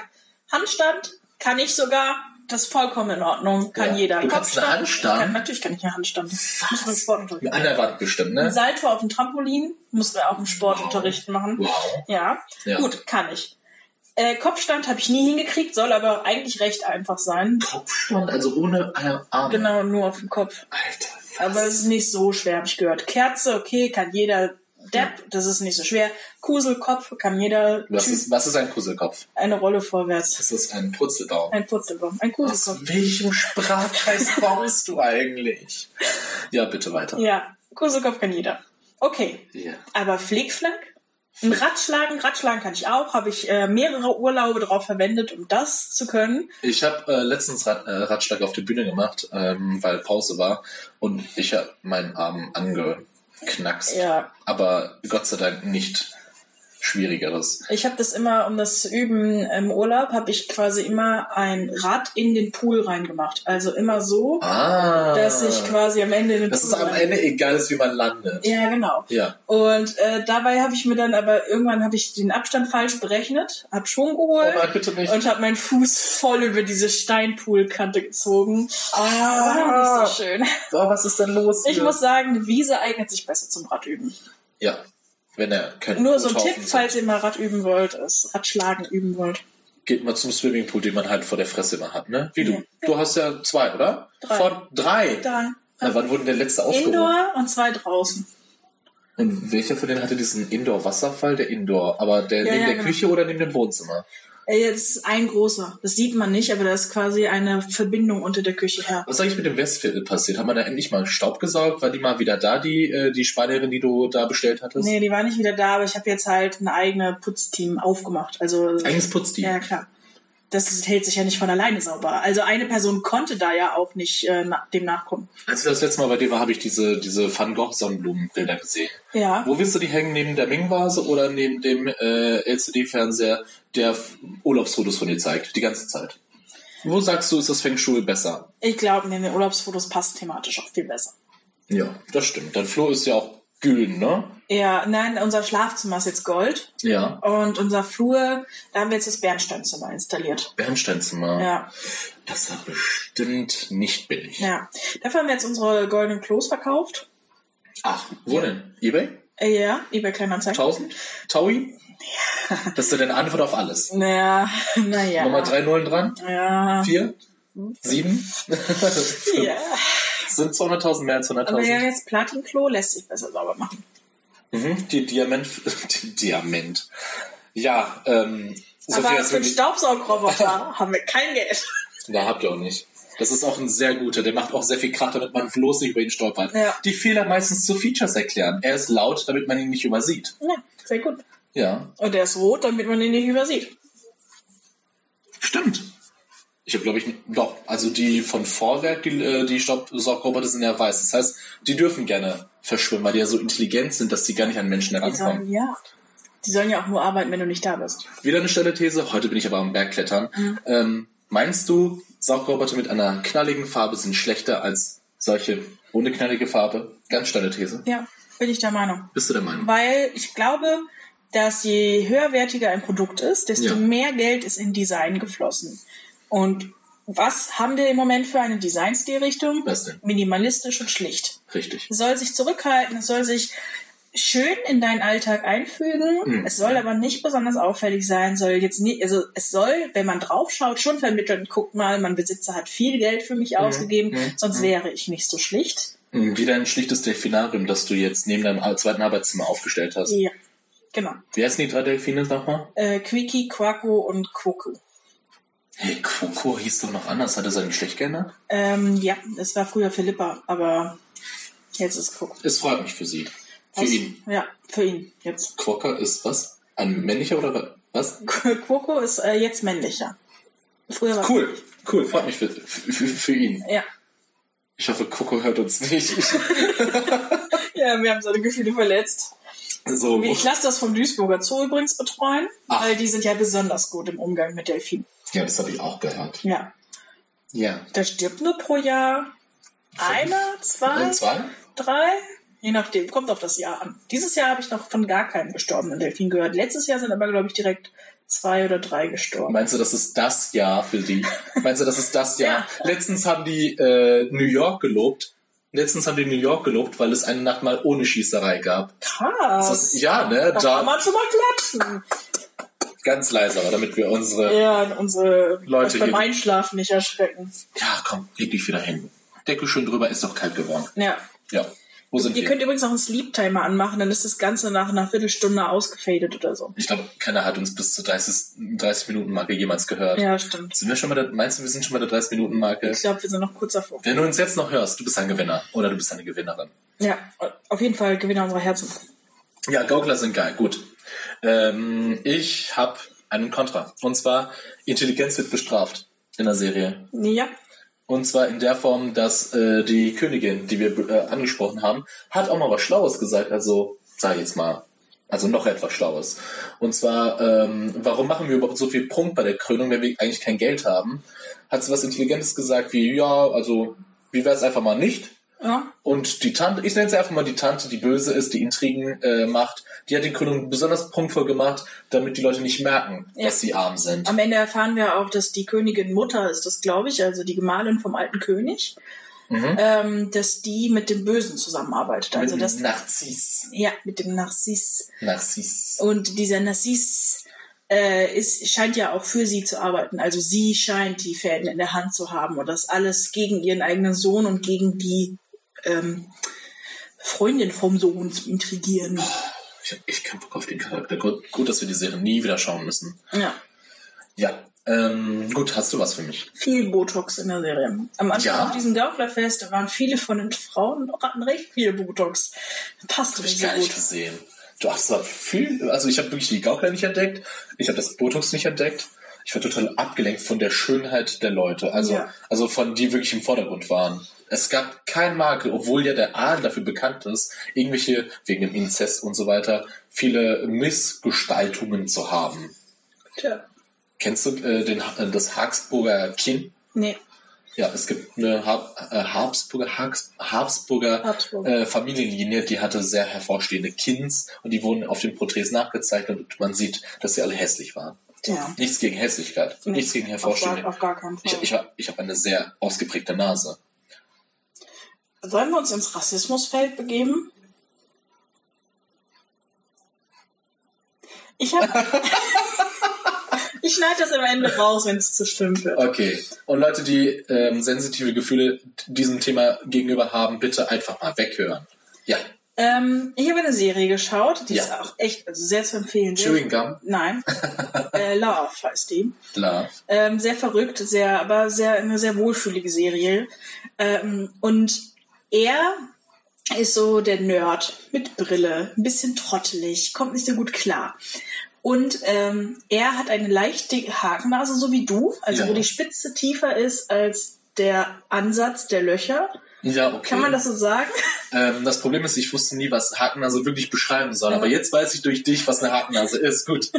A: Handstand kann ich sogar, das ist vollkommen in Ordnung, kann
B: Ja.
A: jeder.
B: Du kannst einen Handstand?
A: Ich Kann, natürlich kann ich einen Handstand. Das muss man im Sportunterricht
B: An der Wand bestimmt,
A: Ein
B: ne?
A: Salto auf dem Trampolin muss man auch im Sportunterricht machen.
B: Wow.
A: Ja.
B: Ja.
A: gut, kann ich. Äh, Kopfstand habe ich nie hingekriegt, soll aber eigentlich recht einfach sein.
B: Kopfstand, also ohne Arme.
A: Genau, nur auf dem Kopf.
B: Alter.
A: Aber es ist nicht so schwer, habe ich gehört. Kerze, okay, kann jeder Depp, das ist nicht so schwer. Kuselkopf kann jeder
B: Was
A: Typ.
B: ist, was ist ein Kuselkopf?
A: eine Rolle vorwärts.
B: Das ist ein Purzelbaum.
A: Ein Purzelbaum, ein
B: Aus
A: Kuselkopf. [LAUGHS]
B: welchem Sprachkreis baust du eigentlich? Ja, bitte weiter.
A: Ja, Kuselkopf kann jeder. Okay,
B: Ja.
A: aber Flickflack? Ein Radschlagen, Radschlagen kann ich auch. Habe ich äh, mehrere Urlaube darauf verwendet, um das zu können.
B: Ich habe äh, letztens Rad, äh, Radschlag auf der Bühne gemacht, ähm, weil Pause war und ich habe meinen Arm angeknackst.
A: Ja,
B: Aber Gott sei Dank nicht Schwierigeres.
A: ich habe das immer, um das zu üben im Urlaub, habe ich quasi immer ein Rad in den Pool reingemacht. Also immer so,
B: Ah.
A: dass ich quasi am Ende in den
B: Das
A: Pool
B: ist am
A: rein-
B: Ende egal, ist, wie man landet.
A: Ja, genau.
B: Ja.
A: Und äh, dabei habe ich mir dann aber irgendwann habe ich den Abstand falsch berechnet, habe Schwung
B: Oh
A: geholt
B: nein, bitte nicht.
A: und habe meinen Fuß voll über diese Steinpoolkante gezogen. War
B: ah,
A: nicht so schön.
B: oh, was ist denn los?
A: Ich
B: hier?
A: muss sagen, die Wiese eignet sich besser zum Radüben.
B: Ja, wenn er kein
A: Nur so ein
B: Rothaufen
A: Tipp,
B: sind.
A: falls ihr mal Rad üben wollt, ist Radschlagen üben wollt.
B: Geht mal zum Swimmingpool, den man halt vor der Fresse immer hat, ne? Wie du.
A: Ja.
B: Du hast ja zwei, oder?
A: Drei.
B: Von drei.
A: Da.
B: Na, wann wurde der letzte aufgehoben?
A: Indoor und zwei draußen.
B: Und welcher von denen hatte diesen Indoor-Wasserfall? Der Indoor. Aber der
A: Ja,
B: neben
A: ja,
B: der
A: genau.
B: Küche oder neben dem Wohnzimmer?
A: Äh, Jetzt ist ein großer. Das sieht man nicht, aber da ist quasi eine Verbindung unter der Küche her.
B: Was ist eigentlich mit dem Westviertel passiert? Haben wir da endlich mal Staub gesaugt? War die mal wieder da, die, äh, die Spanierin, die du da bestellt hattest?
A: Nee, die war nicht wieder da, aber ich habe jetzt halt ein eigenes Putzteam aufgemacht. Also
B: Eigentlich putzt die.
A: Ja, klar. Das ist- hält sich ja nicht von alleine sauber. Also eine Person konnte da ja auch nicht äh, na, dem nachkommen.
B: Als wir das letzte Mal bei dir war, habe ich diese, diese Van Gogh Sonnenblumenbilder gesehen.
A: Ja.
B: Wo willst du die hängen? Neben der Ming-Vase oder neben dem äh, LCD-Fernseher, der F- Urlaubsfotos von dir zeigt? Die ganze Zeit. Wo sagst du, ist das Feng Shui besser?
A: Ich glaube, in den Urlaubsfotos passt thematisch auch viel besser.
B: Ja, das stimmt. Dein Flo ist ja auch gül, ne?
A: Ja, nein, unser Schlafzimmer ist jetzt Gold
B: Ja.
A: und unser Flur, da haben wir jetzt das Bernsteinzimmer installiert.
B: Bernsteinzimmer.
A: Ja,
B: Das war bestimmt nicht billig.
A: ja. Dafür haben wir jetzt unsere goldenen Klos verkauft.
B: Ach, wo denn? Ebay?
A: Äh, ja, eBay Kleinanzeigen.
B: 1000? Taui? Das ist ja deine Antwort auf
A: [LAUGHS]
B: alles.
A: Naja, naja.
B: Nochmal drei Nullen dran?
A: Ja. Mhm.
B: Vier? Sieben?
A: ja.
B: Sind 200.000 mehr als 100.000?
A: Aber ja, jetzt Platin-Klo lässt sich besser sauber machen.
B: Mhm, die Diamant. [LAUGHS] Die Diamant. Ja, ähm,
A: Aber
B: Sophia ist
A: für einen
B: wirklich. [LAUGHS]
A: Staubsaugroboter haben wir kein Geld.
B: Da habt ihr auch nicht. Das ist auch ein sehr guter. Der macht auch sehr viel Krach, damit man bloß nicht über ihn stolpert.
A: Ja.
B: Die Fehler meistens zu Features erklären. Er ist laut, damit man ihn nicht übersieht.
A: Ja, sehr gut.
B: Ja,
A: Und der ist rot, damit man ihn nicht übersieht.
B: stimmt. Ich habe, glaube ich, doch. Also die von Vorwerk, die, äh, die Staubsaugroboter sind ja weiß. Das heißt, die dürfen gerne verschwimmen, weil die ja so intelligent sind, dass die gar nicht an Menschen
A: Die
B: herankommen.
A: sollen, ja. Die sollen ja auch nur arbeiten, wenn du nicht da bist.
B: Wieder eine schnelle These. Heute bin ich aber am Berg klettern. Ähm, meinst du, Saugroboter mit einer knalligen Farbe sind schlechter als solche ohne knallige Farbe? Ganz schnelle These.
A: Ja, bin ich der Meinung.
B: Bist du der Meinung?
A: Weil ich glaube, dass je höherwertiger ein Produkt ist, desto
B: Ja.
A: mehr Geld ist in Design geflossen. Und was haben wir im Moment für eine Designstilrichtung?
B: Was denn?
A: Minimalistisch und schlicht.
B: Richtig.
A: Es soll sich zurückhalten, es soll sich schön in deinen Alltag einfügen.
B: Mhm.
A: Es soll aber nicht besonders auffällig sein, soll jetzt nie, also es soll, wenn man draufschaut, schon vermitteln, guck mal, mein Besitzer hat viel Geld für mich ausgegeben, sonst wäre ich nicht so schlicht.
B: Mhm, Wieder ein schlichtes Delfinarium, das du jetzt neben deinem ar- zweiten Arbeitszimmer aufgestellt hast.
A: Ja, genau.
B: Wie heißen die drei Delfine nochmal?
A: Äh, Quiki, Quacko und Quoku.
B: Hey, Koko hieß doch noch anders. Hat er sein Geschlecht geändert?
A: Ähm, ja, es war früher Philippa, aber jetzt ist Quoku.
B: Es freut mich für sie. Für
A: Was?
B: ihn.
A: Ja, für ihn jetzt. [LAUGHS]
B: Quokka ist was? Ein männlicher oder wa- was?
A: Quoku ist äh, jetzt männlicher. Früher war
B: Cool, cool. Freut mich für, für, für- für ihn.
A: Ja.
B: Ich hoffe, Koko hört uns nicht. [LAUGHS] Ich
A: ja, wir haben seine Gefühle verletzt.
B: So.
A: Ich lasse das vom Duisburger Zoo übrigens betreuen,
B: Ach.
A: weil die sind ja besonders gut im Umgang mit Delfinen.
B: Ja, das habe ich auch gehört.
A: Ja,
B: Ja.
A: der stirbt nur pro Jahr Einer, zwei,
B: Und zwei?
A: drei, je nachdem, kommt auf das Jahr an. Dieses Jahr habe ich noch von gar keinem gestorbenen Delfin gehört. Letztes Jahr sind aber, glaube ich, direkt zwei oder drei gestorben.
B: Meinst du, das ist das Jahr
A: [LAUGHS]
B: für die? Meinst du, das ist das Jahr? Letztens haben die äh, New York gelobt. Letztens haben die New York gelobt, weil es eine Nacht mal ohne Schießerei gab.
A: Krass.
B: Das ist, ja, ne?
A: da kann
B: Da
A: man schon mal klatschen.
B: ganz leise, aber damit wir unsere.
A: Ja, und unsere
B: Leute
A: euch beim
B: hier.
A: Einschlafen nicht erschrecken.
B: Ja, komm, leg dich wieder hin. Deckel schön drüber, ist doch kalt geworden.
A: Ja.
B: Ja. Wo sind
A: Ihr
B: wir?
A: könnt übrigens auch einen Sleep-Timer anmachen, dann ist das Ganze nach einer Viertelstunde ausgefadet oder so.
B: Ich glaube, keiner hat uns bis zur 30, 30 Minuten Marke jemals gehört.
A: Ja, stimmt.
B: Sind wir schon bei der, meinst du, wir sind schon bei der 30 Minuten Marke?
A: Ich glaube, wir sind noch kurz davor.
B: Wenn du uns jetzt noch hörst, du bist ein Gewinner oder du bist eine Gewinnerin.
A: Ja, auf jeden Fall Gewinner unserer Herzen.
B: Ja, Gaukler sind geil, gut. Ähm, ich habe einen Kontra. Und zwar, Intelligenz wird bestraft in der Serie.
A: Ja,
B: Und zwar in der Form, dass äh, die Königin, die wir äh, angesprochen haben, hat auch mal was Schlaues gesagt. Also, sag ich jetzt mal, also noch etwas Schlaues. Und zwar, ähm, warum machen wir überhaupt so viel Prunk bei der Krönung, wenn wir eigentlich kein Geld haben? Hat sie was Intelligentes gesagt wie, ja, also, wie wär's einfach mal nicht?
A: ja,
B: Und die Tante, ich nenne sie einfach mal die Tante, die böse ist, die Intrigen äh, macht, die hat die Krönung besonders prunkvoll gemacht, damit die Leute nicht merken,
A: Ja.
B: dass sie arm sind.
A: Am Ende erfahren wir auch, dass die Königin Mutter ist, das glaube ich, also die Gemahlin vom alten König, ähm, dass die mit dem Bösen zusammenarbeitet. Also
B: Mhm. Mit
A: das,
B: Narziss.
A: ja, mit dem Narziss.
B: Narziss.
A: Und dieser Narziss äh, ist, scheint ja auch für sie zu arbeiten. Also sie scheint die Fäden in der Hand zu haben und das alles gegen ihren eigenen Sohn und gegen die ähm, Freundin vom Sohn zu intrigieren.
B: Ich hab echt keinen Bock auf den Charakter. Gut, gut, dass wir die Serie nie wieder schauen müssen.
A: Ja.
B: Ja. Ähm, gut, hast du was für mich?
A: viel Botox in der Serie. Am Anfang
B: Ja.
A: auf diesem Gauklerfest da waren viele von den Frauen und hatten recht viel Botox. Passte
B: Hab ich
A: nicht so
B: gar nicht
A: gut.
B: gesehen. Du hast da viel, also ich habe wirklich die Gaukler nicht entdeckt, ich habe das Botox nicht entdeckt. Ich war total abgelenkt von der Schönheit der Leute, also,
A: Ja.
B: also von die wirklich im Vordergrund waren. Es gab keinen Makel, obwohl ja der Adel dafür bekannt ist, irgendwelche, wegen dem Inzest und so weiter, viele Missgestaltungen zu haben.
A: Tja.
B: Kennst du äh, den, äh, das Habsburger Kinn?
A: Nee,
B: Ja, es gibt eine Hab, äh, Habsburger, Hags, Habsburger
A: Habsburg.
B: äh, Familienlinie, die hatte sehr hervorstehende Kinds und die wurden auf den Porträts nachgezeichnet und man sieht, dass sie alle hässlich waren.
A: ja.
B: Nichts gegen Hässlichkeit,
A: Nee,
B: nichts gegen
A: Auf gar,
B: hervorstehende.
A: auf gar keinen Fall.
B: Ich, ich, hab- ich habe eine sehr ausgeprägte Nase.
A: Sollen wir uns ins Rassismusfeld begeben? Ich
B: [LAUGHS]
A: habe. ich schneide das am Ende raus, wenn es zu schlimm wird.
B: Okay. Und Leute, die ähm, sensitive Gefühle diesem Thema gegenüber haben, bitte einfach mal weghören. Ja.
A: Ähm, ich habe eine Serie geschaut, die
B: Ja.
A: ist auch echt also sehr zu empfehlen. Sehr-
B: Chewing Gum, [LAUGHS]
A: Nein. äh, Love heißt die.
B: klar.
A: Ähm, sehr verrückt, sehr, aber sehr, eine sehr wohlfühlige Serie. Ähm, und er ist so der Nerd mit Brille, ein bisschen trottelig, kommt nicht so gut klar. Und ähm, er hat eine leicht dicke Hakennase, so wie du, also
B: Ja.
A: wo die Spitze tiefer ist als der Ansatz der Löcher.
B: Ja, okay.
A: Kann man das so sagen?
B: Ähm, das Problem ist, ich wusste nie, was Hakennase wirklich beschreiben soll. Aber jetzt weiß ich durch dich, was eine Hakennase ist. Gut.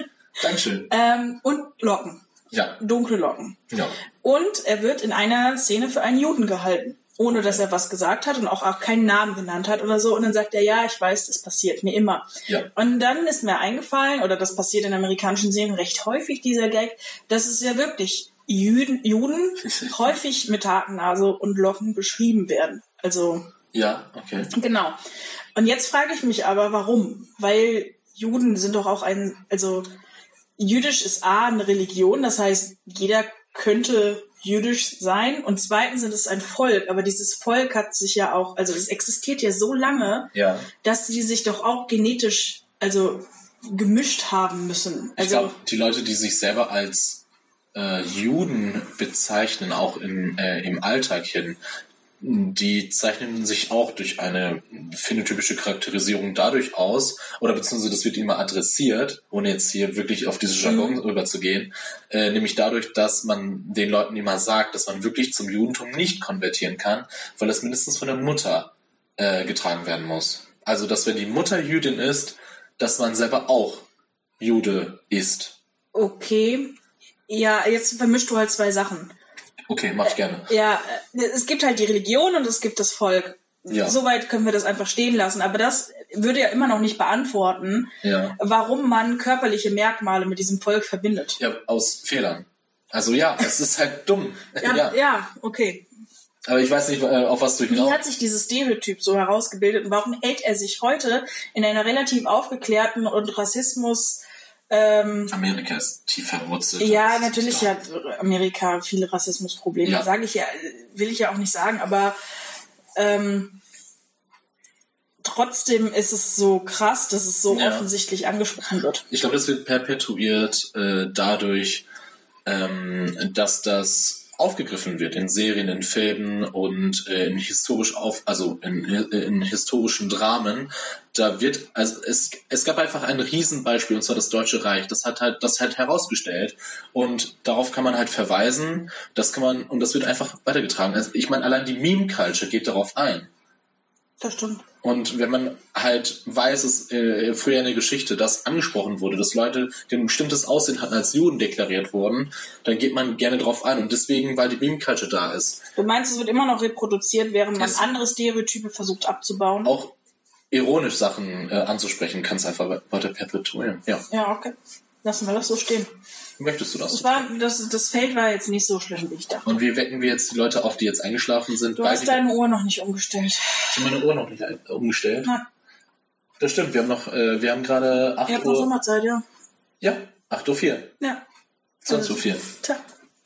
B: Dankeschön.
A: Ähm, und Locken,
B: Ja, genau.
A: dunkle Locken.
B: ja.
A: Und er wird in einer Szene für einen Juden gehalten, ohne dass er was gesagt hat und auch, auch keinen Namen genannt hat oder so. Und dann sagt er, ja, ich weiß, das passiert mir immer.
B: Ja.
A: Und dann ist mir eingefallen, oder das passiert in amerikanischen Serien recht häufig, dieser Gag, dass es ja wirklich Juden, Juden häufig mit Hakennase und Locken beschrieben werden. Also
B: Ja, okay.
A: Genau. Und jetzt frage ich mich aber, warum? Weil Juden sind doch auch ein, also jüdisch ist A eine Religion, das heißt, jeder könnte jüdisch sein und zweitens sind es ein Volk, aber dieses Volk hat sich ja auch, also es existiert ja so lange,
B: Ja.
A: dass sie sich doch auch genetisch, also gemischt haben müssen.
B: Ich
A: Also
B: glaube, die Leute, die sich selber als äh, Juden bezeichnen, auch in, äh, im Alltag hin, die zeichnen sich auch durch eine phänotypische Charakterisierung dadurch aus, oder beziehungsweise das wird immer adressiert, ohne jetzt hier wirklich auf diese Jargon rüberzugehen, äh, nämlich dadurch, dass man den Leuten immer sagt, dass man wirklich zum Judentum nicht konvertieren kann, weil das mindestens von der Mutter äh, getragen werden muss. Also, dass wenn die Mutter Jüdin ist, dass man selber auch Jude ist.
A: okay, ja, jetzt vermischst du halt zwei Sachen.
B: Okay, mach ich gerne.
A: Ja, äh, es gibt halt die Religion und es gibt das Volk.
B: Ja.
A: Soweit können wir das einfach stehen lassen. Aber das würde ja immer noch nicht beantworten,
B: Ja.
A: warum man körperliche Merkmale mit diesem Volk verbindet.
B: Ja, aus Fehlern. Also ja, es ist halt dumm.
A: Ja, ja. okay.
B: Aber ich weiß nicht, äh, auf was du
A: Wie
B: hinaus.
A: hat sich dieses Stereotyp so herausgebildet und warum hält er sich heute in einer relativ aufgeklärten und Rassismus ähm,
B: Amerika ist tief verwurzelt.
A: Ja,
B: Das ist
A: natürlich
B: klar.
A: hat Amerika viele Rassismusprobleme.
B: Ja.
A: Sage ich ja, will ich ja auch nicht sagen, aber ähm, trotzdem ist es so krass, dass es so
B: Ja.
A: offensichtlich angesprochen wird.
B: Ich glaube, das wird perpetuiert äh, dadurch, ähm, dass das aufgegriffen wird in Serien, in Filmen und äh, in historisch auf, also in, in historischen Dramen. Da wird, also es, es gab einfach ein Riesenbeispiel und zwar das Deutsche Reich. Das hat halt, das halt herausgestellt und darauf kann man halt verweisen. Das kann man und das wird einfach weitergetragen. Also ich meine, allein die Meme Culture geht darauf ein.
A: Das stimmt.
B: Und wenn man halt weiß, dass äh, früher in der Geschichte das angesprochen wurde, dass Leute, die ein bestimmtes Aussehen hatten, als Juden deklariert wurden, dann geht man gerne drauf ein. Und deswegen, weil die Meme-Culture da ist,
A: Du meinst, es wird immer noch reproduziert, während man
B: Es-
A: andere Stereotype versucht abzubauen?
B: auch ironisch Sachen äh, anzusprechen, kann es einfach we- weiter perpetuieren. Ja,
A: Ja, okay. Lassen wir das so stehen.
B: möchtest du das?
A: Das, war, das, das Feld war jetzt nicht so schlimm, wie ich dachte.
B: Und wie wecken wir jetzt die Leute auf, die jetzt eingeschlafen sind?
A: Du
B: weil
A: hast
B: die-
A: deine Uhr noch nicht umgestellt.
B: ich habe meine Uhr noch nicht ein- äh, umgestellt.
A: Na,
B: Das stimmt, wir haben noch, äh, wir haben gerade 8
A: ihr habt noch
B: Uhr.
A: Sommerzeit, ja.
B: Ja, 8 Uhr 4.
A: Ja. Also,
B: 20 Uhr 4.
A: Tja.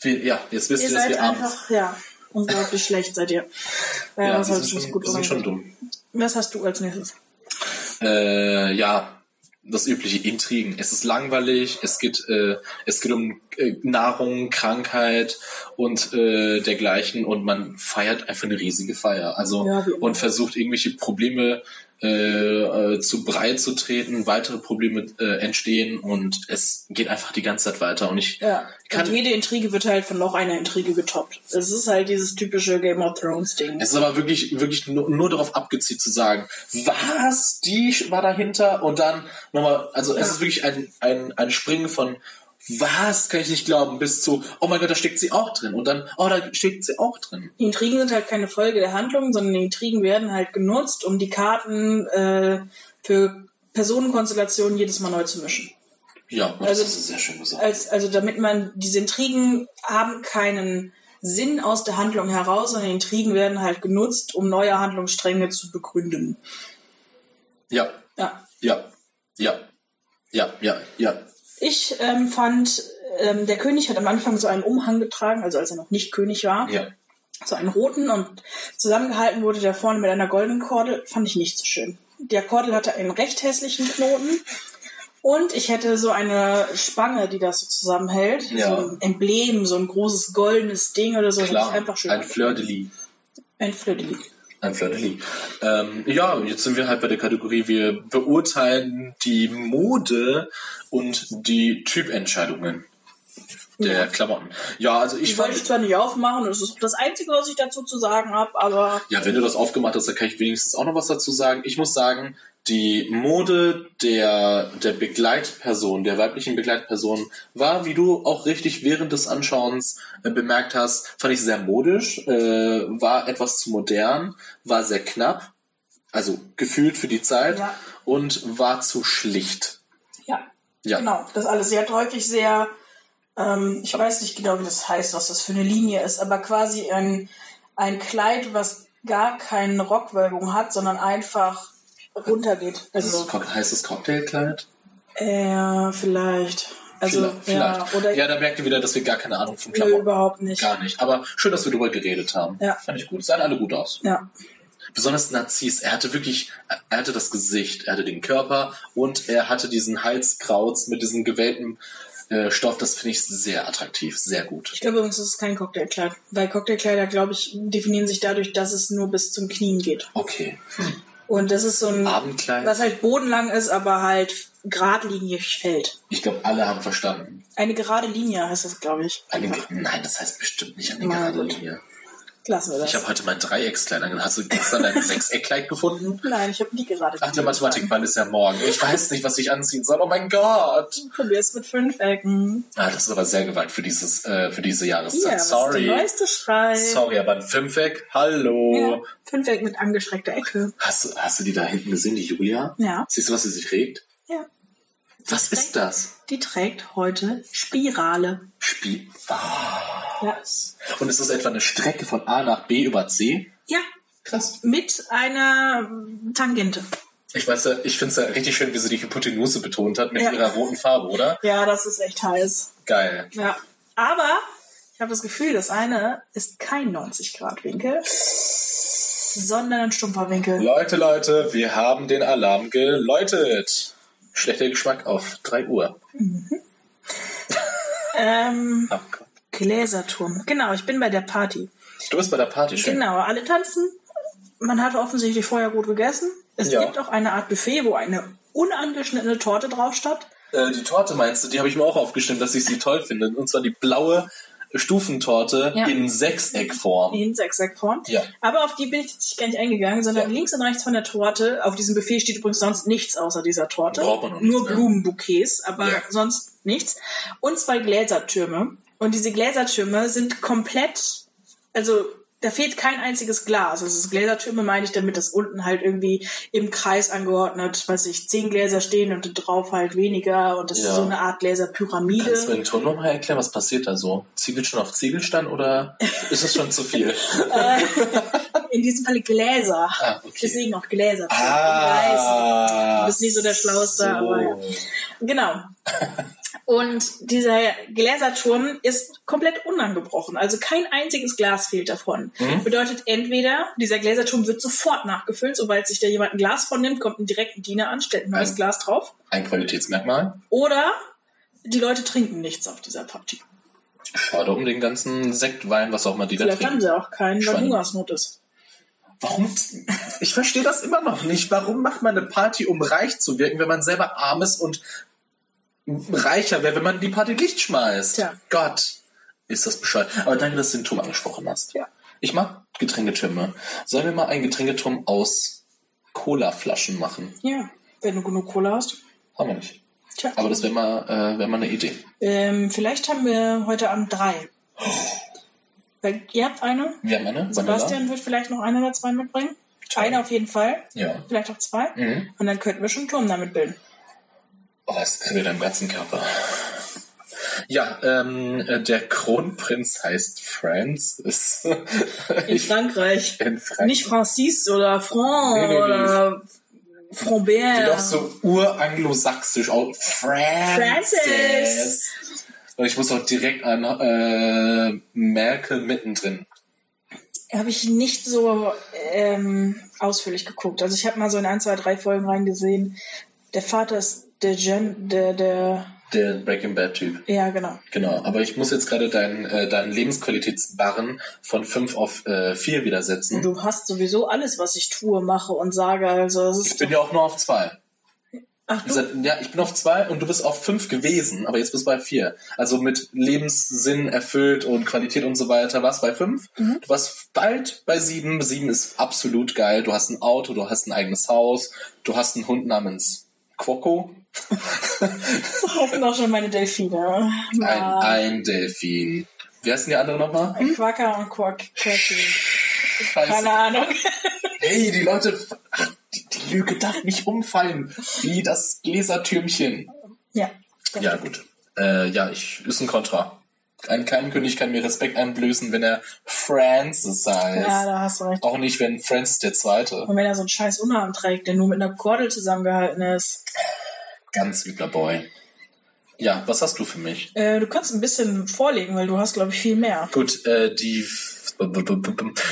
B: Wir- Ja, jetzt wisst
A: Ihr
B: ihr, dass
A: seid
B: wir abends.
A: einfach, ja, unglaublich schlecht seid ihr. Ja,
B: [LAUGHS] Ja, wir
A: was,
B: sind
A: hast du
B: schon,
A: gut
B: wir sind schon
A: gemacht?
B: dumm.
A: was hast du als nächstes?
B: äh, ja, das übliche Intrigen. Es ist langweilig, es geht, äh, es geht um äh, Nahrung, Krankheit und äh, dergleichen und man feiert einfach eine riesige Feier. Also
A: Ja, wie immer.
B: und versucht irgendwelche Probleme äh, äh, zu breit zu treten, weitere Probleme äh, entstehen und es geht einfach die ganze Zeit weiter. Und ich
A: Ja.
B: Kann-
A: Und jede Intrige wird halt von noch einer Intrige getoppt. Es ist halt dieses typische Game of Thrones Ding.
B: Es ist aber wirklich, wirklich nur, nur darauf abgezielt zu sagen, was, die war dahinter und dann nochmal, also es
A: Ja.
B: ist wirklich ein, ein, ein Springen von, was, kann ich nicht glauben, bis zu, oh mein Gott, da steckt sie auch drin und dann, oh, da steckt sie auch drin.
A: Die Intrigen sind halt keine Folge der Handlung, sondern die Intrigen werden halt genutzt, um die Karten äh, für Personenkonstellationen jedes Mal neu zu mischen.
B: Ja, und
A: Also-
B: das ist sehr schön gesagt.
A: Als, also damit man, diese Intrigen haben keinen Sinn aus der Handlung heraus, sondern die Intrigen werden halt genutzt, um neue Handlungsstränge zu begründen.
B: Ja,
A: Ja,
B: ja, ja, ja, ja, ja.
A: Ich ähm, fand, ähm, der König hat am Anfang so einen Umhang getragen, also als er noch nicht König war,
B: Ja,
A: so einen roten und zusammengehalten wurde der vorne mit einer goldenen Kordel, fand ich nicht so schön. Der Kordel hatte einen recht hässlichen Knoten und ich hätte so eine Spange, die das so zusammenhält,
B: Ja.
A: so ein Emblem, so ein großes goldenes Ding oder so,
B: klar,
A: hätte ich einfach schön.
B: ein Fleur de Lis.
A: ein Flödeli.
B: Ein Flirteli. Ähm, ja, jetzt sind wir halt bei der Kategorie, wir beurteilen die Mode und die Typentscheidungen der Klamotten. Ja, also ich
A: Die wollte ich
B: fand.
A: zwar nicht aufmachen, das ist das Einzige, was ich dazu zu sagen habe, aber
B: Ja, wenn du das aufgemacht hast, dann kann ich wenigstens auch noch was dazu sagen. Ich muss sagen, die Mode der, der Begleitperson, der weiblichen Begleitperson, war, wie du auch richtig während des Anschauens äh, bemerkt hast, fand ich sehr modisch, äh, war etwas zu modern, war sehr knapp, also gefühlt für die Zeit
A: Ja.
B: und war zu schlicht.
A: ja.
B: Ja,
A: Genau, das alles. Sie hat häufig sehr, ähm, ich weiß nicht genau, wie das heißt, was das für eine Linie ist, aber quasi ein, ein Kleid, was gar keine Rockwölbung hat, sondern einfach runtergeht.
B: das ist
A: Also,
B: Cock- heißt das Cocktailkleid?
A: äh, vielleicht. Also,
B: Vielleicht- vielleicht.
A: ja, oder
B: ja, da merkt ihr wieder, dass wir gar keine Ahnung von
A: nö,
B: Klamotten
A: überhaupt nicht.
B: Gar nicht. Aber schön, dass wir darüber geredet haben.
A: Ja.
B: Fand ich gut. Sahen alle gut aus.
A: Ja,
B: Besonders Narziss. Er hatte wirklich, er hatte das Gesicht, er hatte den Körper und er hatte diesen Halskrauz mit diesem gewellten äh, Stoff. Das finde ich sehr attraktiv, sehr gut.
A: ich glaube übrigens, es ist kein Cocktailkleid, weil Cocktailkleider, glaube ich, definieren sich dadurch, dass es nur bis zum Knien geht.
B: Okay.
A: Und das ist so ein,
B: Abendkleid.
A: was halt bodenlang ist, aber halt geradlinig fällt.
B: Ich glaube, alle haben verstanden.
A: Eine gerade Linie heißt das, glaube ich.
B: Eine, nein, das heißt bestimmt nicht eine
A: Na
B: gerade
A: gut.
B: Linie.
A: Lassen wir das.
B: Ich habe heute mein Dreieckskleid angenommen. Hast du gestern dein Sechseckkleid gefunden?
A: Nein, ich habe nie gerade.
B: Ach, der Mathematikball ist ja morgen. Ich weiß nicht, was ich anziehen soll. Oh mein Gott!
A: Probier's mit fünf Ecken.
B: Ah, das ist aber sehr gewagt für, dieses, äh, für diese
A: Hier,
B: Jahreszeit.
A: was ist der
B: Sorry.
A: neueste Schrei?
B: Sorry, aber ein Fünfeck?
A: Ja,
B: Hallo.
A: fünf Ecken mit angeschreckter Ecke.
B: Hast, du- hast du die da hinten gesehen, die Julia?
A: Ja.
B: Siehst du, was sie sich regt?
A: Ja.
B: Was ist das?
A: Die trägt heute Spirale.
B: Spiel. Ah.
A: Ja.
B: Und es ist etwa eine Strecke von A nach B über C.
A: Ja,
B: Krass.
A: mit einer ähm, Tangente.
B: Ich weiß ja, ich finde es ja richtig schön, wie sie die Hypotenuse betont hat mit
A: Ja.
B: ihrer roten Farbe, oder?
A: Ja, das ist echt heiß.
B: Geil.
A: Ja. Aber ich habe das Gefühl, das eine ist kein 90-Grad-Winkel, sondern ein stumpfer Winkel.
B: Leute, Leute, wir haben den Alarm geläutet. Schlechter Geschmack auf 3 Uhr.
A: Ähm,
B: Ah, Gott.
A: Gläserturm. Genau, ich bin bei der Party.
B: Du bist bei der Party schön.
A: Genau, alle tanzen. Man hat offensichtlich vorher gut gegessen. Es
B: Ja.
A: gibt auch eine Art Buffet, wo eine unangeschnittene Torte drauf stand.
B: Äh, die Torte meinst du, die habe ich mir auch aufgestimmt, dass ich sie toll finde. Und zwar die blaue Stufentorte
A: Ja.
B: in Sechseckform.
A: in Sechseckform.
B: Ja.
A: Aber auf die bin ich jetzt gar nicht eingegangen, sondern
B: Ja.
A: links und rechts von der Torte, auf diesem Buffet steht übrigens sonst nichts außer dieser Torte.
B: Braucht man auch
A: Nur
B: nicht, ne?
A: Blumenbouquets, aber
B: Ja.
A: sonst nichts. Und zwei Gläsertürme. Und diese Gläsertürme sind komplett, also da fehlt kein einziges Glas. Also das Gläsertürme meine ich damit, dass unten halt irgendwie im Kreis angeordnet, weiß ich, zehn Gläser stehen und drauf halt weniger. Und das
B: Ja.
A: ist so eine Art Gläserpyramide.
B: Kannst du mir den Turm nochmal erklären, was passiert da so? Ziegelt schon auf Ziegelstein oder ist es schon zu
A: [LAUGHS]
B: viel?
A: In diesem Fall Gläser.
B: Ah, okay.
A: Deswegen auch Gläser.
B: Ah,
A: Du bist nicht so der Schlauste,
B: so.
A: aber ja. Genau. Und dieser Gläserturm ist komplett unangebrochen. Also kein einziges Glas fehlt davon.
B: Mhm.
A: Bedeutet entweder, dieser Gläserturm wird sofort nachgefüllt, sobald sich da jemand ein Glas von nimmt, kommt ein direkter Diener an, stellt ein neues
B: Ein-
A: Glas drauf.
B: Ein Qualitätsmerkmal.
A: Oder die Leute trinken nichts auf dieser Party.
B: Schade um den ganzen Sektwein, was auch immer die da
A: Vielleicht haben
B: trinken.
A: sie auch keinen, weil
B: Schweine.
A: Hungersnot ist.
B: Warum? Ich verstehe das immer noch nicht. Warum macht man eine Party, um reich zu wirken, wenn man selber arm ist und reicher wäre, wenn man die Party nicht schmeißt?
A: Tja.
B: Gott, ist das bescheuert. Aber danke, dass du den Turm angesprochen hast.
A: Ja.
B: Ich mag Getränketürme. Sollen wir mal einen Getränketurm aus Colaflaschen machen?
A: Ja, wenn du genug Cola hast.
B: Haben wir nicht.
A: Tja.
B: Aber das wäre mal, äh, wär mal eine Idee.
A: Ähm, vielleicht haben wir heute Abend drei.
B: Oh.
A: Weil ihr habt eine.
B: Wir haben eine. Vanilla.
A: Sebastian wird vielleicht noch ein oder zwei mitbringen.
B: Toll.
A: Eine auf jeden Fall.
B: Ja.
A: Vielleicht auch zwei.
B: Mhm.
A: Und dann könnten wir schon einen Turm damit bilden.
B: Oh, es kribbelt am ganzen Körper. Ja, ähm, äh, der Kronprinz heißt Franz. [LAUGHS] Ist
A: In Frankreich.
B: in Frankreich.
A: Nicht Francis oder Fran
B: Nee, nee, nee.
A: oder Frambert.
B: Geht auch so uranglosaxisch. Auch Francis.
A: Francis.
B: Und ich muss auch direkt an äh, Merkel mittendrin.
A: Habe ich nicht so ähm, ausführlich geguckt. Also ich habe mal so in ein, zwei, drei Folgen reingesehen. Der Vater ist der Gen, der, der,
B: Der Breaking Bad Typ.
A: ja genau.
B: Genau, aber ich muss jetzt gerade deinen äh, deinen Lebensqualitätsbarren von 5 auf äh, 4 wieder setzen.
A: Du hast sowieso alles, was ich tue, mache und sage. Also das
B: Ich
A: ist, [LAUGHS]
B: bin ja auch nur auf 2.
A: ach du,
B: Seit- Ja, ich bin auf zwei und du bist auf fünf gewesen, aber jetzt bist du bei vier. Also mit Lebenssinn erfüllt und Qualität und so weiter warst bei fünf.
A: Mhm.
B: Du warst bald bei sieben. Sieben ist absolut geil. Du hast ein Auto, du hast ein eigenes Haus, du hast einen Hund namens Quocko.
A: das sind auch schon meine Delfine.
B: Ein,
A: Ja.
B: ein Delfin. Wie heißen die anderen nochmal?
A: Ein Quacker und Quack. Quacki. Keine
B: Scheiße.
A: Ahnung.
B: Hey, die Leute. Ach, die, die Lüge darf nicht umfallen. Wie das Gläsertürmchen.
A: Ja.
B: Ja, gut. Äh, ja, ich ist ein Kontra. Ein Keimkönig kann mir Respekt einblößen, wenn er Francis heißt.
A: Ja, da hast du recht.
B: Auch nicht, wenn Francis der Zweite.
A: Und wenn er so einen scheiß Unarm trägt, der nur mit einer Kordel zusammengehalten ist.
B: Ganz übler Boy. Ja, was hast du für mich?
A: Äh, du kannst ein bisschen vorlegen, weil du hast, glaube ich, viel mehr.
B: Gut, äh, die.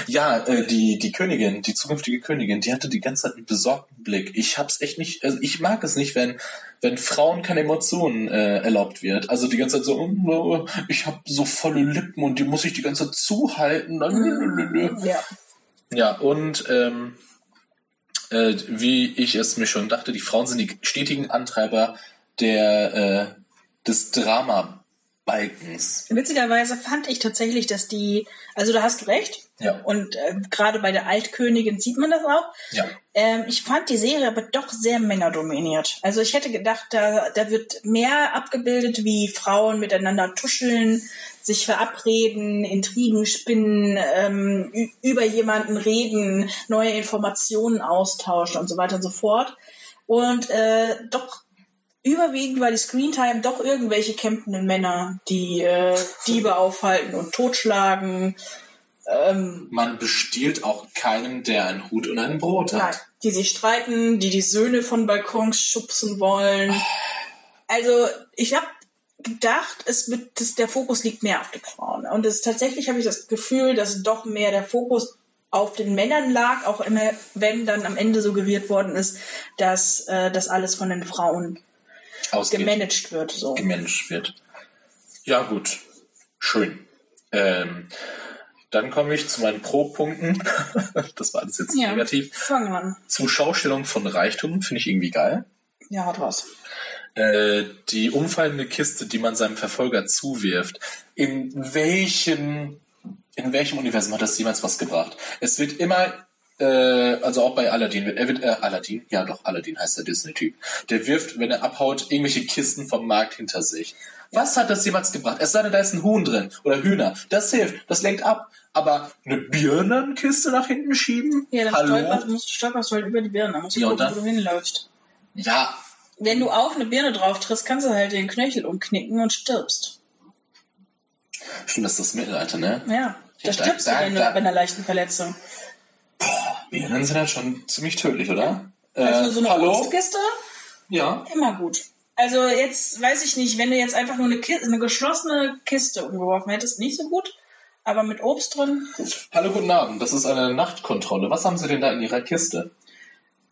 B: Ja, äh, die, die Königin, die zukünftige Königin, die hatte die ganze Zeit einen besorgten Blick. Ich hab's echt nicht, also ich mag es nicht, wenn, wenn Frauen keine Emotionen äh, erlaubt wird. Also die ganze Zeit so, "Mm, oh, ich hab so volle Lippen und die muss ich die ganze Zeit
A: Mhm.
B: zuhalten.
A: Ja.
B: Ja, und ähm, äh, wie ich es mir schon dachte, die Frauen sind die stetigen Antreiber der, äh, des Drama Balkens.
A: Witzigerweise fand ich tatsächlich, dass die, also da hast du recht.
B: Ja.
A: Und ähm, gerade bei der Altkönigin sieht man das auch.
B: Ja.
A: Ähm, ich fand die Serie aber doch sehr männerdominiert. Also ich hätte gedacht, da, da wird mehr abgebildet, wie Frauen miteinander tuscheln, sich verabreden, Intrigen spinnen, ähm, ü- über jemanden reden, neue Informationen austauschen und so weiter und so fort. Und äh, doch überwiegend war die Screentime doch irgendwelche campenden Männer, die äh, Diebe aufhalten und totschlagen. Ähm,
B: Man bestiehlt auch keinen, der einen Hut und ein Brot
A: nein,
B: hat.
A: die sich streiten, die die Söhne von Balkons schubsen wollen. Also ich habe gedacht, es wird, das, der Fokus liegt mehr auf den Frauen. Und es, tatsächlich habe ich das Gefühl, dass doch mehr der Fokus auf den Männern lag, auch immer, wenn dann am Ende suggeriert worden ist, dass äh, das alles von den Frauen
B: Ausgeht.
A: gemanagt wird. So.
B: gemanagt wird. Ja, gut. Schön. Ähm, dann komme ich zu meinen Pro-Punkten. [LAUGHS] das war alles jetzt
A: Ja.
B: negativ.
A: Fangen wir an.
B: Zu Schaustellung von Reichtum finde ich irgendwie geil.
A: Ja, hat was.
B: Äh, die umfallende Kiste, die man seinem Verfolger zuwirft. In welchem, in welchem Universum hat das jemals was gebracht? Es wird immer, äh, also auch bei Aladdin, wird, er wird, äh, Aladdin, ja doch, Aladdin heißt der Disney-Typ. Der wirft, wenn er abhaut, irgendwelche Kisten vom Markt hinter sich. Was hat das jemals gebracht? Es sei denn, da ist ein Huhn drin oder Hühner. Das hilft, das lenkt ab. Aber eine Birnenkiste nach hinten schieben?
A: Ja, dann
B: Hallo?
A: stolperst, musst, stolperst du halt über die Birne. Da musst du
B: Ja, und
A: gucken, wo
B: dann?
A: du hinläufst.
B: Ja,
A: Wenn du auf eine Birne drauf trittst, kannst du halt den Knöchel umknicken und stirbst.
B: stimmt, das ist das Mittelalter, ne?
A: Ja, da
B: Ja, da-
A: stirbst
B: da-
A: du, wenn du
B: da-
A: bei einer leichten Verletzung.
B: Birnen sind halt schon ziemlich tödlich, oder?
A: Also so eine
B: Äh, hallo?
A: Obstkiste,
B: Ja.
A: immer gut. Also jetzt weiß ich nicht, wenn du jetzt einfach nur eine, Kiste, eine geschlossene Kiste umgeworfen hättest, nicht so gut. Aber mit Obst drin,
B: Hallo, guten Abend. Das ist eine Nachtkontrolle. Was haben Sie denn da in Ihrer Kiste?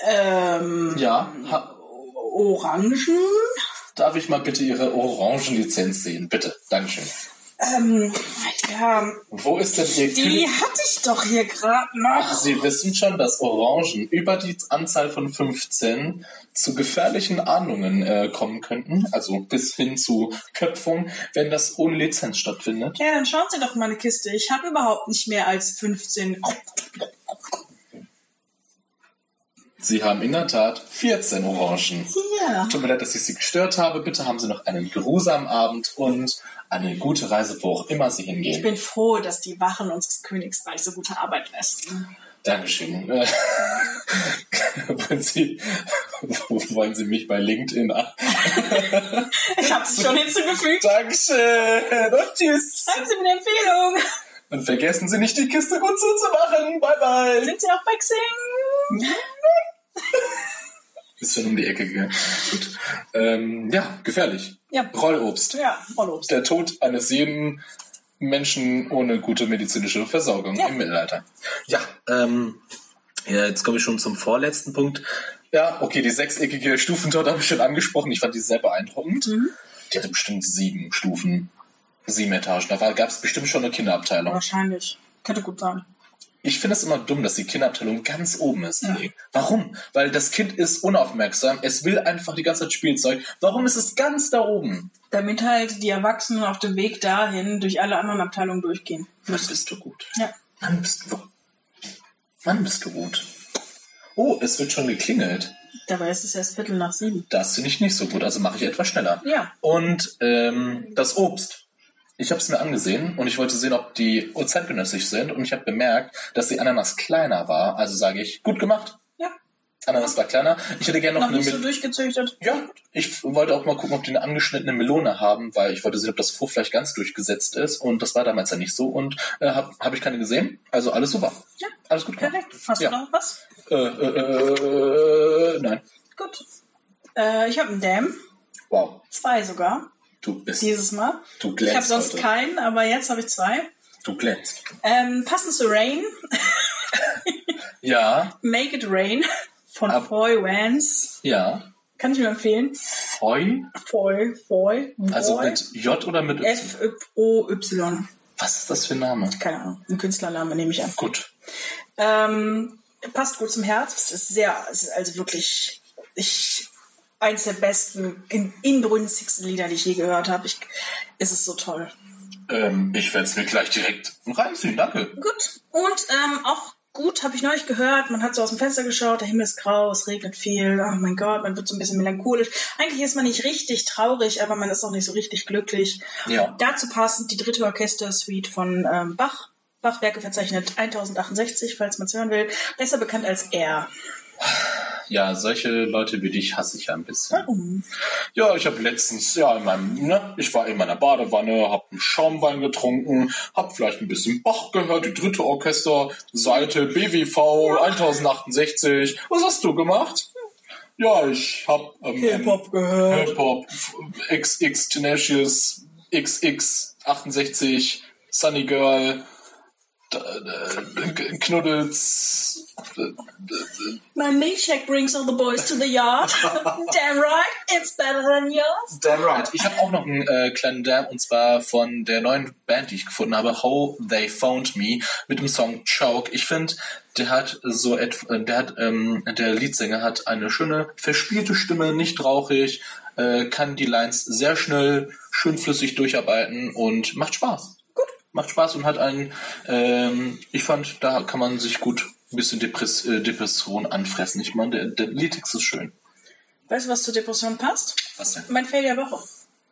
A: ähm,
B: Ja. Ha
A: Orangen,
B: darf ich mal bitte Ihre Orangenlizenz sehen? Bitte. Dankeschön.
A: ähm, ja,
B: Wo ist denn Ihr
A: die
B: König?
A: hatte ich doch hier gerade noch.
B: Sie wissen schon, dass Orangen über die Anzahl von 15 zu gefährlichen Ahnungen äh, kommen könnten, also bis hin zu Köpfung, wenn das ohne Lizenz stattfindet.
A: Ja, dann schauen Sie doch in meine Kiste. Ich habe überhaupt nicht mehr als 15.
B: Sie haben in der Tat 14 Orangen.
A: Ja.
B: Tut mir leid, dass ich Sie gestört habe. Bitte haben Sie noch einen geruhsamen Abend und eine gute Reise, wo auch immer Sie
A: Ich
B: hingehen.
A: bin froh, dass die Wachen unseres Königsreichs so gute Arbeit leisten.
B: Dankeschön. [LAUGHS] Äh, wollen, Sie, [LAUGHS] wollen Sie mich bei LinkedIn an?
A: Ich habe es
B: [LAUGHS]
A: schon hinzugefügt.
B: Dankeschön und tschüss.
A: Schreiben Sie mir eine Empfehlung.
B: Und vergessen Sie nicht, die Kiste gut zuzumachen. Bye, bye.
A: Sind Sie noch bei Xing?
B: Ist schon um die Ecke gegangen. Gut. Ähm, ja, gefährlich.
A: Ja.
B: Rollobst.
A: Ja, Rollobst.
B: der Tod eines jeden Menschen ohne gute medizinische Versorgung
A: Ja.
B: im Mittelalter. Ja, ähm, ja, jetzt komme ich schon zum vorletzten Punkt. Ja, okay, die sechseckige Stufentorte habe ich schon angesprochen. Ich fand die sehr beeindruckend. Die hatte bestimmt sieben Stufen, sieben Etagen. Da gab es bestimmt schon eine Kinderabteilung.
A: Wahrscheinlich. Könnte gut sein.
B: Ich finde es immer dumm, dass die Kinderabteilung ganz oben ist. Warum? Weil das Kind ist unaufmerksam. Es will einfach die ganze Zeit Spielzeug. Warum ist es ganz da oben?
A: Damit halt die Erwachsenen auf dem Weg dahin durch alle anderen Abteilungen durchgehen.
B: Das bist du gut.
A: Ja.
B: Mann, bist du. Mann, bist du gut. Oh, es wird schon geklingelt.
A: Dabei ist es erst Viertel nach sieben.
B: Das finde ich nicht so gut, also mache ich etwas schneller.
A: Ja.
B: Und ähm, das Obst. Ich habe es mir angesehen und ich wollte sehen, ob die zeitgenössisch sind. Und ich habe bemerkt, dass die Ananas kleiner war. Also sage ich, gut gemacht.
A: Ja.
B: Ananas war kleiner. Ich hätte gerne noch,
A: Noch
B: eine
A: nicht so
B: Mel-
A: durchgezüchtet.
B: ja, ich wollte auch mal gucken, ob die eine angeschnittene Melone haben, weil ich wollte sehen, ob das Fruchtfleisch ganz durchgesetzt ist. Und das war damals ja nicht so. Und äh, habe hab ich keine gesehen. Also alles super.
A: Ja.
B: Alles gut gemacht.
A: Perfekt. Hast
B: Ja.
A: du noch was?
B: Äh, äh, äh, nein.
A: Gut. Äh, ich habe einen Dam.
B: Wow.
A: Zwei sogar.
B: Du bist.
A: Dieses Mal.
B: Du glänzt.
A: Ich habe sonst
B: heute.
A: keinen, aber jetzt habe ich zwei.
B: Du glänzt.
A: Ähm, passend zu Rain,
B: Ja,
A: Make It Rain [LAUGHS] von
B: Ab-
A: Foy Vance.
B: ja.
A: Kann ich mir empfehlen.
B: Foy.
A: Foy, Foy, Foy.
B: Also mit J oder mit Y?
A: F-O-Y.
B: Was ist das für ein Name?
A: Keine Ahnung. Ein Künstlername nehme ich an.
B: Gut.
A: Ähm, passt gut zum Herbst. Ist sehr, es ist also wirklich, ich eins der besten, in, inbrünstigsten Lieder, die ich je gehört habe. Ich, es ist so toll.
B: Ähm, ich werde es mir gleich direkt reinziehen, danke.
A: Gut. Und ähm, auch gut, habe ich neulich gehört. Man hat so aus dem Fenster geschaut, der Himmel ist grau, es regnet viel. Oh mein Gott, man wird so ein bisschen melancholisch. Eigentlich ist man nicht richtig traurig, aber man ist auch nicht so richtig glücklich.
B: Ja.
A: Dazu passend die dritte Orchester-Suite von ähm, Bach. Bachwerke verzeichnet 1068, falls man es hören will. Besser bekannt als R.
B: Ja, solche Leute wie dich hasse ich ja ein bisschen.
A: Warum?
B: Ja, ich habe letztens, ja, in meinem, ne, ich war in meiner Badewanne, hab einen Schaumwein getrunken, hab vielleicht ein bisschen Bach gehört, die dritte Orchesterseite, BWV 1068. Was hast du gemacht? Ja, ich hab ähm,
A: Hip-Hop gehört.
B: Hip-Hop, XX Tenacious, XX 68, Sunny Girl, d- d- K- Knuddels, d- d-
A: My milkshake brings all the boys to the
B: [LAUGHS]
A: yard. Damn right, it's better than yours.
B: Damn right. Ich habe auch noch einen äh, kleinen Damn und zwar von der neuen Band, die ich gefunden habe, How They Found Me mit dem Song Choke. Ich finde, der hat so et- äh, der hat ähm, der Leadsänger hat eine schöne verspielte Stimme, nicht rauchig, äh, kann die Lines sehr schnell, schön flüssig durcharbeiten und macht Spaß. Gut. Macht Spaß und hat einen. Ähm, ich fand, da kann man sich gut ein bisschen Depress äh, Depression anfressen. Ich meine, der, der Liedtext ist schön.
A: Weißt du, was zur Depression passt?
B: Was denn?
A: Mein Fail der Woche.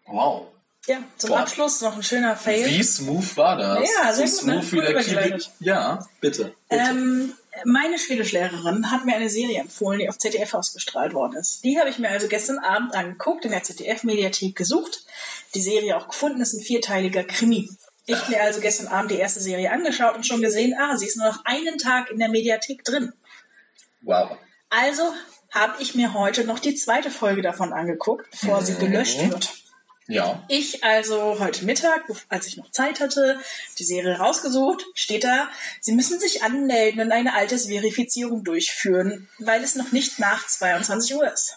B: Wow.
A: Ja, zum
B: Boah.
A: Abschluss noch ein schöner Fail.
B: Wie smooth war das?
A: Ja, sehr
B: so
A: gut, ne?
B: smooth wie
A: Gut
B: der Kiwi.
A: übergeleitet.
B: Ja, bitte.
A: Ähm, meine Schwedischlehrerin hat mir eine Serie empfohlen, die auf ZDF ausgestrahlt worden ist. Die habe ich mir also gestern Abend angeguckt, in der ZDF-Mediathek gesucht, die Serie auch gefunden, ist ein vierteiliger Krimi. Ich habe mir also gestern Abend die erste Serie angeschaut und schon gesehen, ah, sie ist nur noch einen Tag in der Mediathek drin.
B: Wow.
A: Also habe ich mir heute noch die zweite Folge davon angeguckt, bevor sie gelöscht wird.
B: Ja.
A: Ich also heute Mittag, als ich noch Zeit hatte, die Serie rausgesucht, steht da, Sie müssen sich anmelden und eine Altersverifizierung durchführen, weil es noch nicht nach 22 Uhr ist.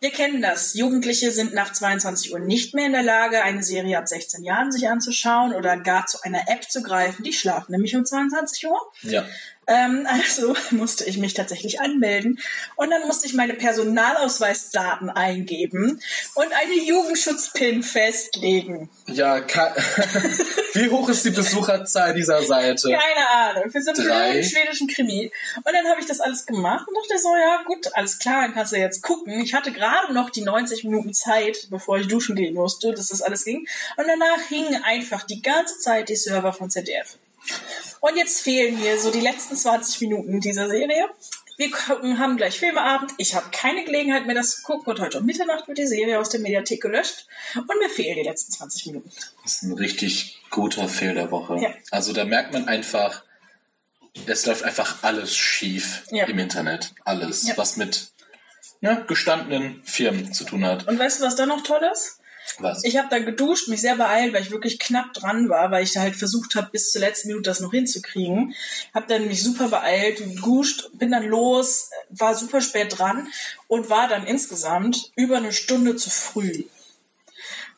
A: Wir kennen das. Jugendliche sind nach 22 Uhr nicht mehr in der Lage, eine Serie ab 16 Jahren sich anzuschauen oder gar zu einer App zu greifen. Die schlafen nämlich um 22 Uhr.
B: Ja.
A: Ähm, also [LAUGHS] musste ich mich tatsächlich anmelden und dann musste ich meine Personalausweisdaten eingeben und eine Jugendschutzpin festlegen.
B: Ja, ka- [LAUGHS] wie hoch ist die Besucherzahl dieser Seite?
A: Keine Ahnung, für so einen
B: Drei.
A: blöden schwedischen Krimi. Und dann habe ich das alles gemacht und dachte so, ja gut, alles klar, dann kannst du jetzt gucken. Ich hatte gerade noch die 90 Minuten Zeit, bevor ich duschen gehen musste, dass das alles ging. Und danach hingen einfach die ganze Zeit die Server von ZDF. Und jetzt fehlen mir so die letzten 20 Minuten dieser Serie. Wir gucken, haben gleich Filmeabend. Ich habe keine Gelegenheit mehr, das zu gucken. Und heute um Mitternacht wird die Serie aus der Mediathek gelöscht. Und mir fehlen die letzten 20 Minuten.
B: Das ist ein richtig guter Fehl der Woche.
A: Ja.
B: Also da merkt man einfach, es läuft einfach alles schief
A: Ja.
B: im Internet. Alles,
A: Ja.
B: was mit ne, gestandenen Firmen zu tun hat.
A: Und weißt du, was da noch toll ist?
B: Was?
A: Ich habe dann geduscht, mich sehr beeilt, weil ich wirklich knapp dran war, weil ich da halt versucht habe, bis zur letzten Minute das noch hinzukriegen. Habe dann mich super beeilt, geduscht, bin dann los, war super spät dran und war dann insgesamt über eine Stunde zu früh.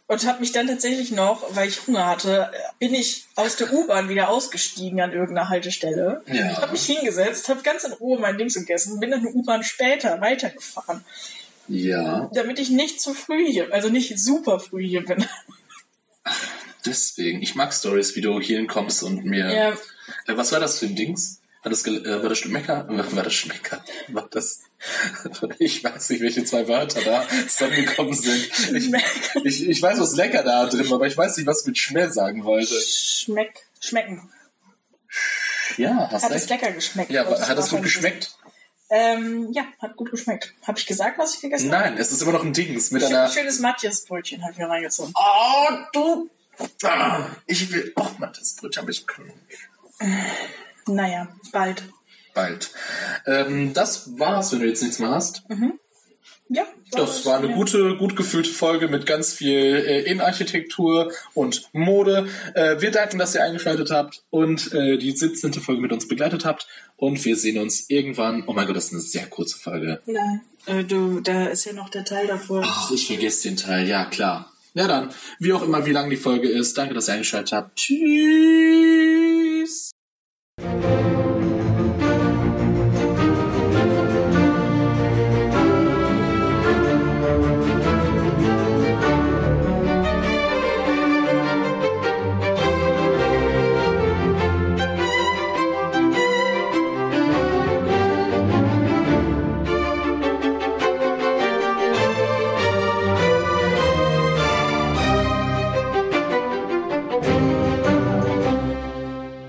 A: Und habe mich dann tatsächlich noch, weil ich Hunger hatte, bin ich aus der U-Bahn wieder ausgestiegen an irgendeiner Haltestelle.
B: Ja.
A: Habe mich hingesetzt, habe ganz in Ruhe mein Dings gegessen, bin dann eine U-Bahn später weitergefahren,
B: ja,
A: damit ich nicht zu früh hier, also nicht super früh hier bin.
B: deswegen. Ich mag Stories, wie du hierhin kommst und mir
A: Ja.
B: Äh, was war das für ein Dings? War das, gel- äh, war das Schmecker? War das Schmecker? [LAUGHS] War das. Ich weiß nicht, welche zwei Wörter da zusammengekommen sind. Ich,
A: Schmecker.
B: ich, ich weiß, was lecker da drin war, aber ich weiß nicht, was ich mit Schmäh sagen wollte.
A: Schmeck, schmecken.
B: Ja, hast
A: Hat es
B: recht.
A: lecker geschmeckt? Also,
B: Ja,
A: Das
B: aber hat das
A: war
B: gut geschmeckt?
A: Ähm, ja, hat gut geschmeckt. Habe ich gesagt, was ich gegessen habe?
B: Nein, es ist immer noch ein Dings mit
A: Schön,
B: einer.
A: schönes Matjes-Brötchen habe ich mir reingezogen.
B: Oh, du! Ah, Ich will. Oh Mann, das Brötchen habe ich
A: Naja, bald.
B: bald. Ähm, das war's, wenn du jetzt nichts mehr hast.
A: Ja, so
B: Das war eine
A: ja.
B: gute, gut gefühlte Folge mit ganz viel äh, Innenarchitektur und Mode. Äh, wir danken, dass ihr eingeschaltet habt und äh, die 17. Folge mit uns begleitet habt. Und wir sehen uns irgendwann. Oh mein Gott, das ist eine sehr kurze Folge.
A: Nein. Äh, du, da ist ja noch der Teil davor.
B: Ach, ich vergesse den Teil. Ja, klar. Ja dann, wie auch immer, wie lang die Folge ist. Danke, dass ihr eingeschaltet habt. Tschüss.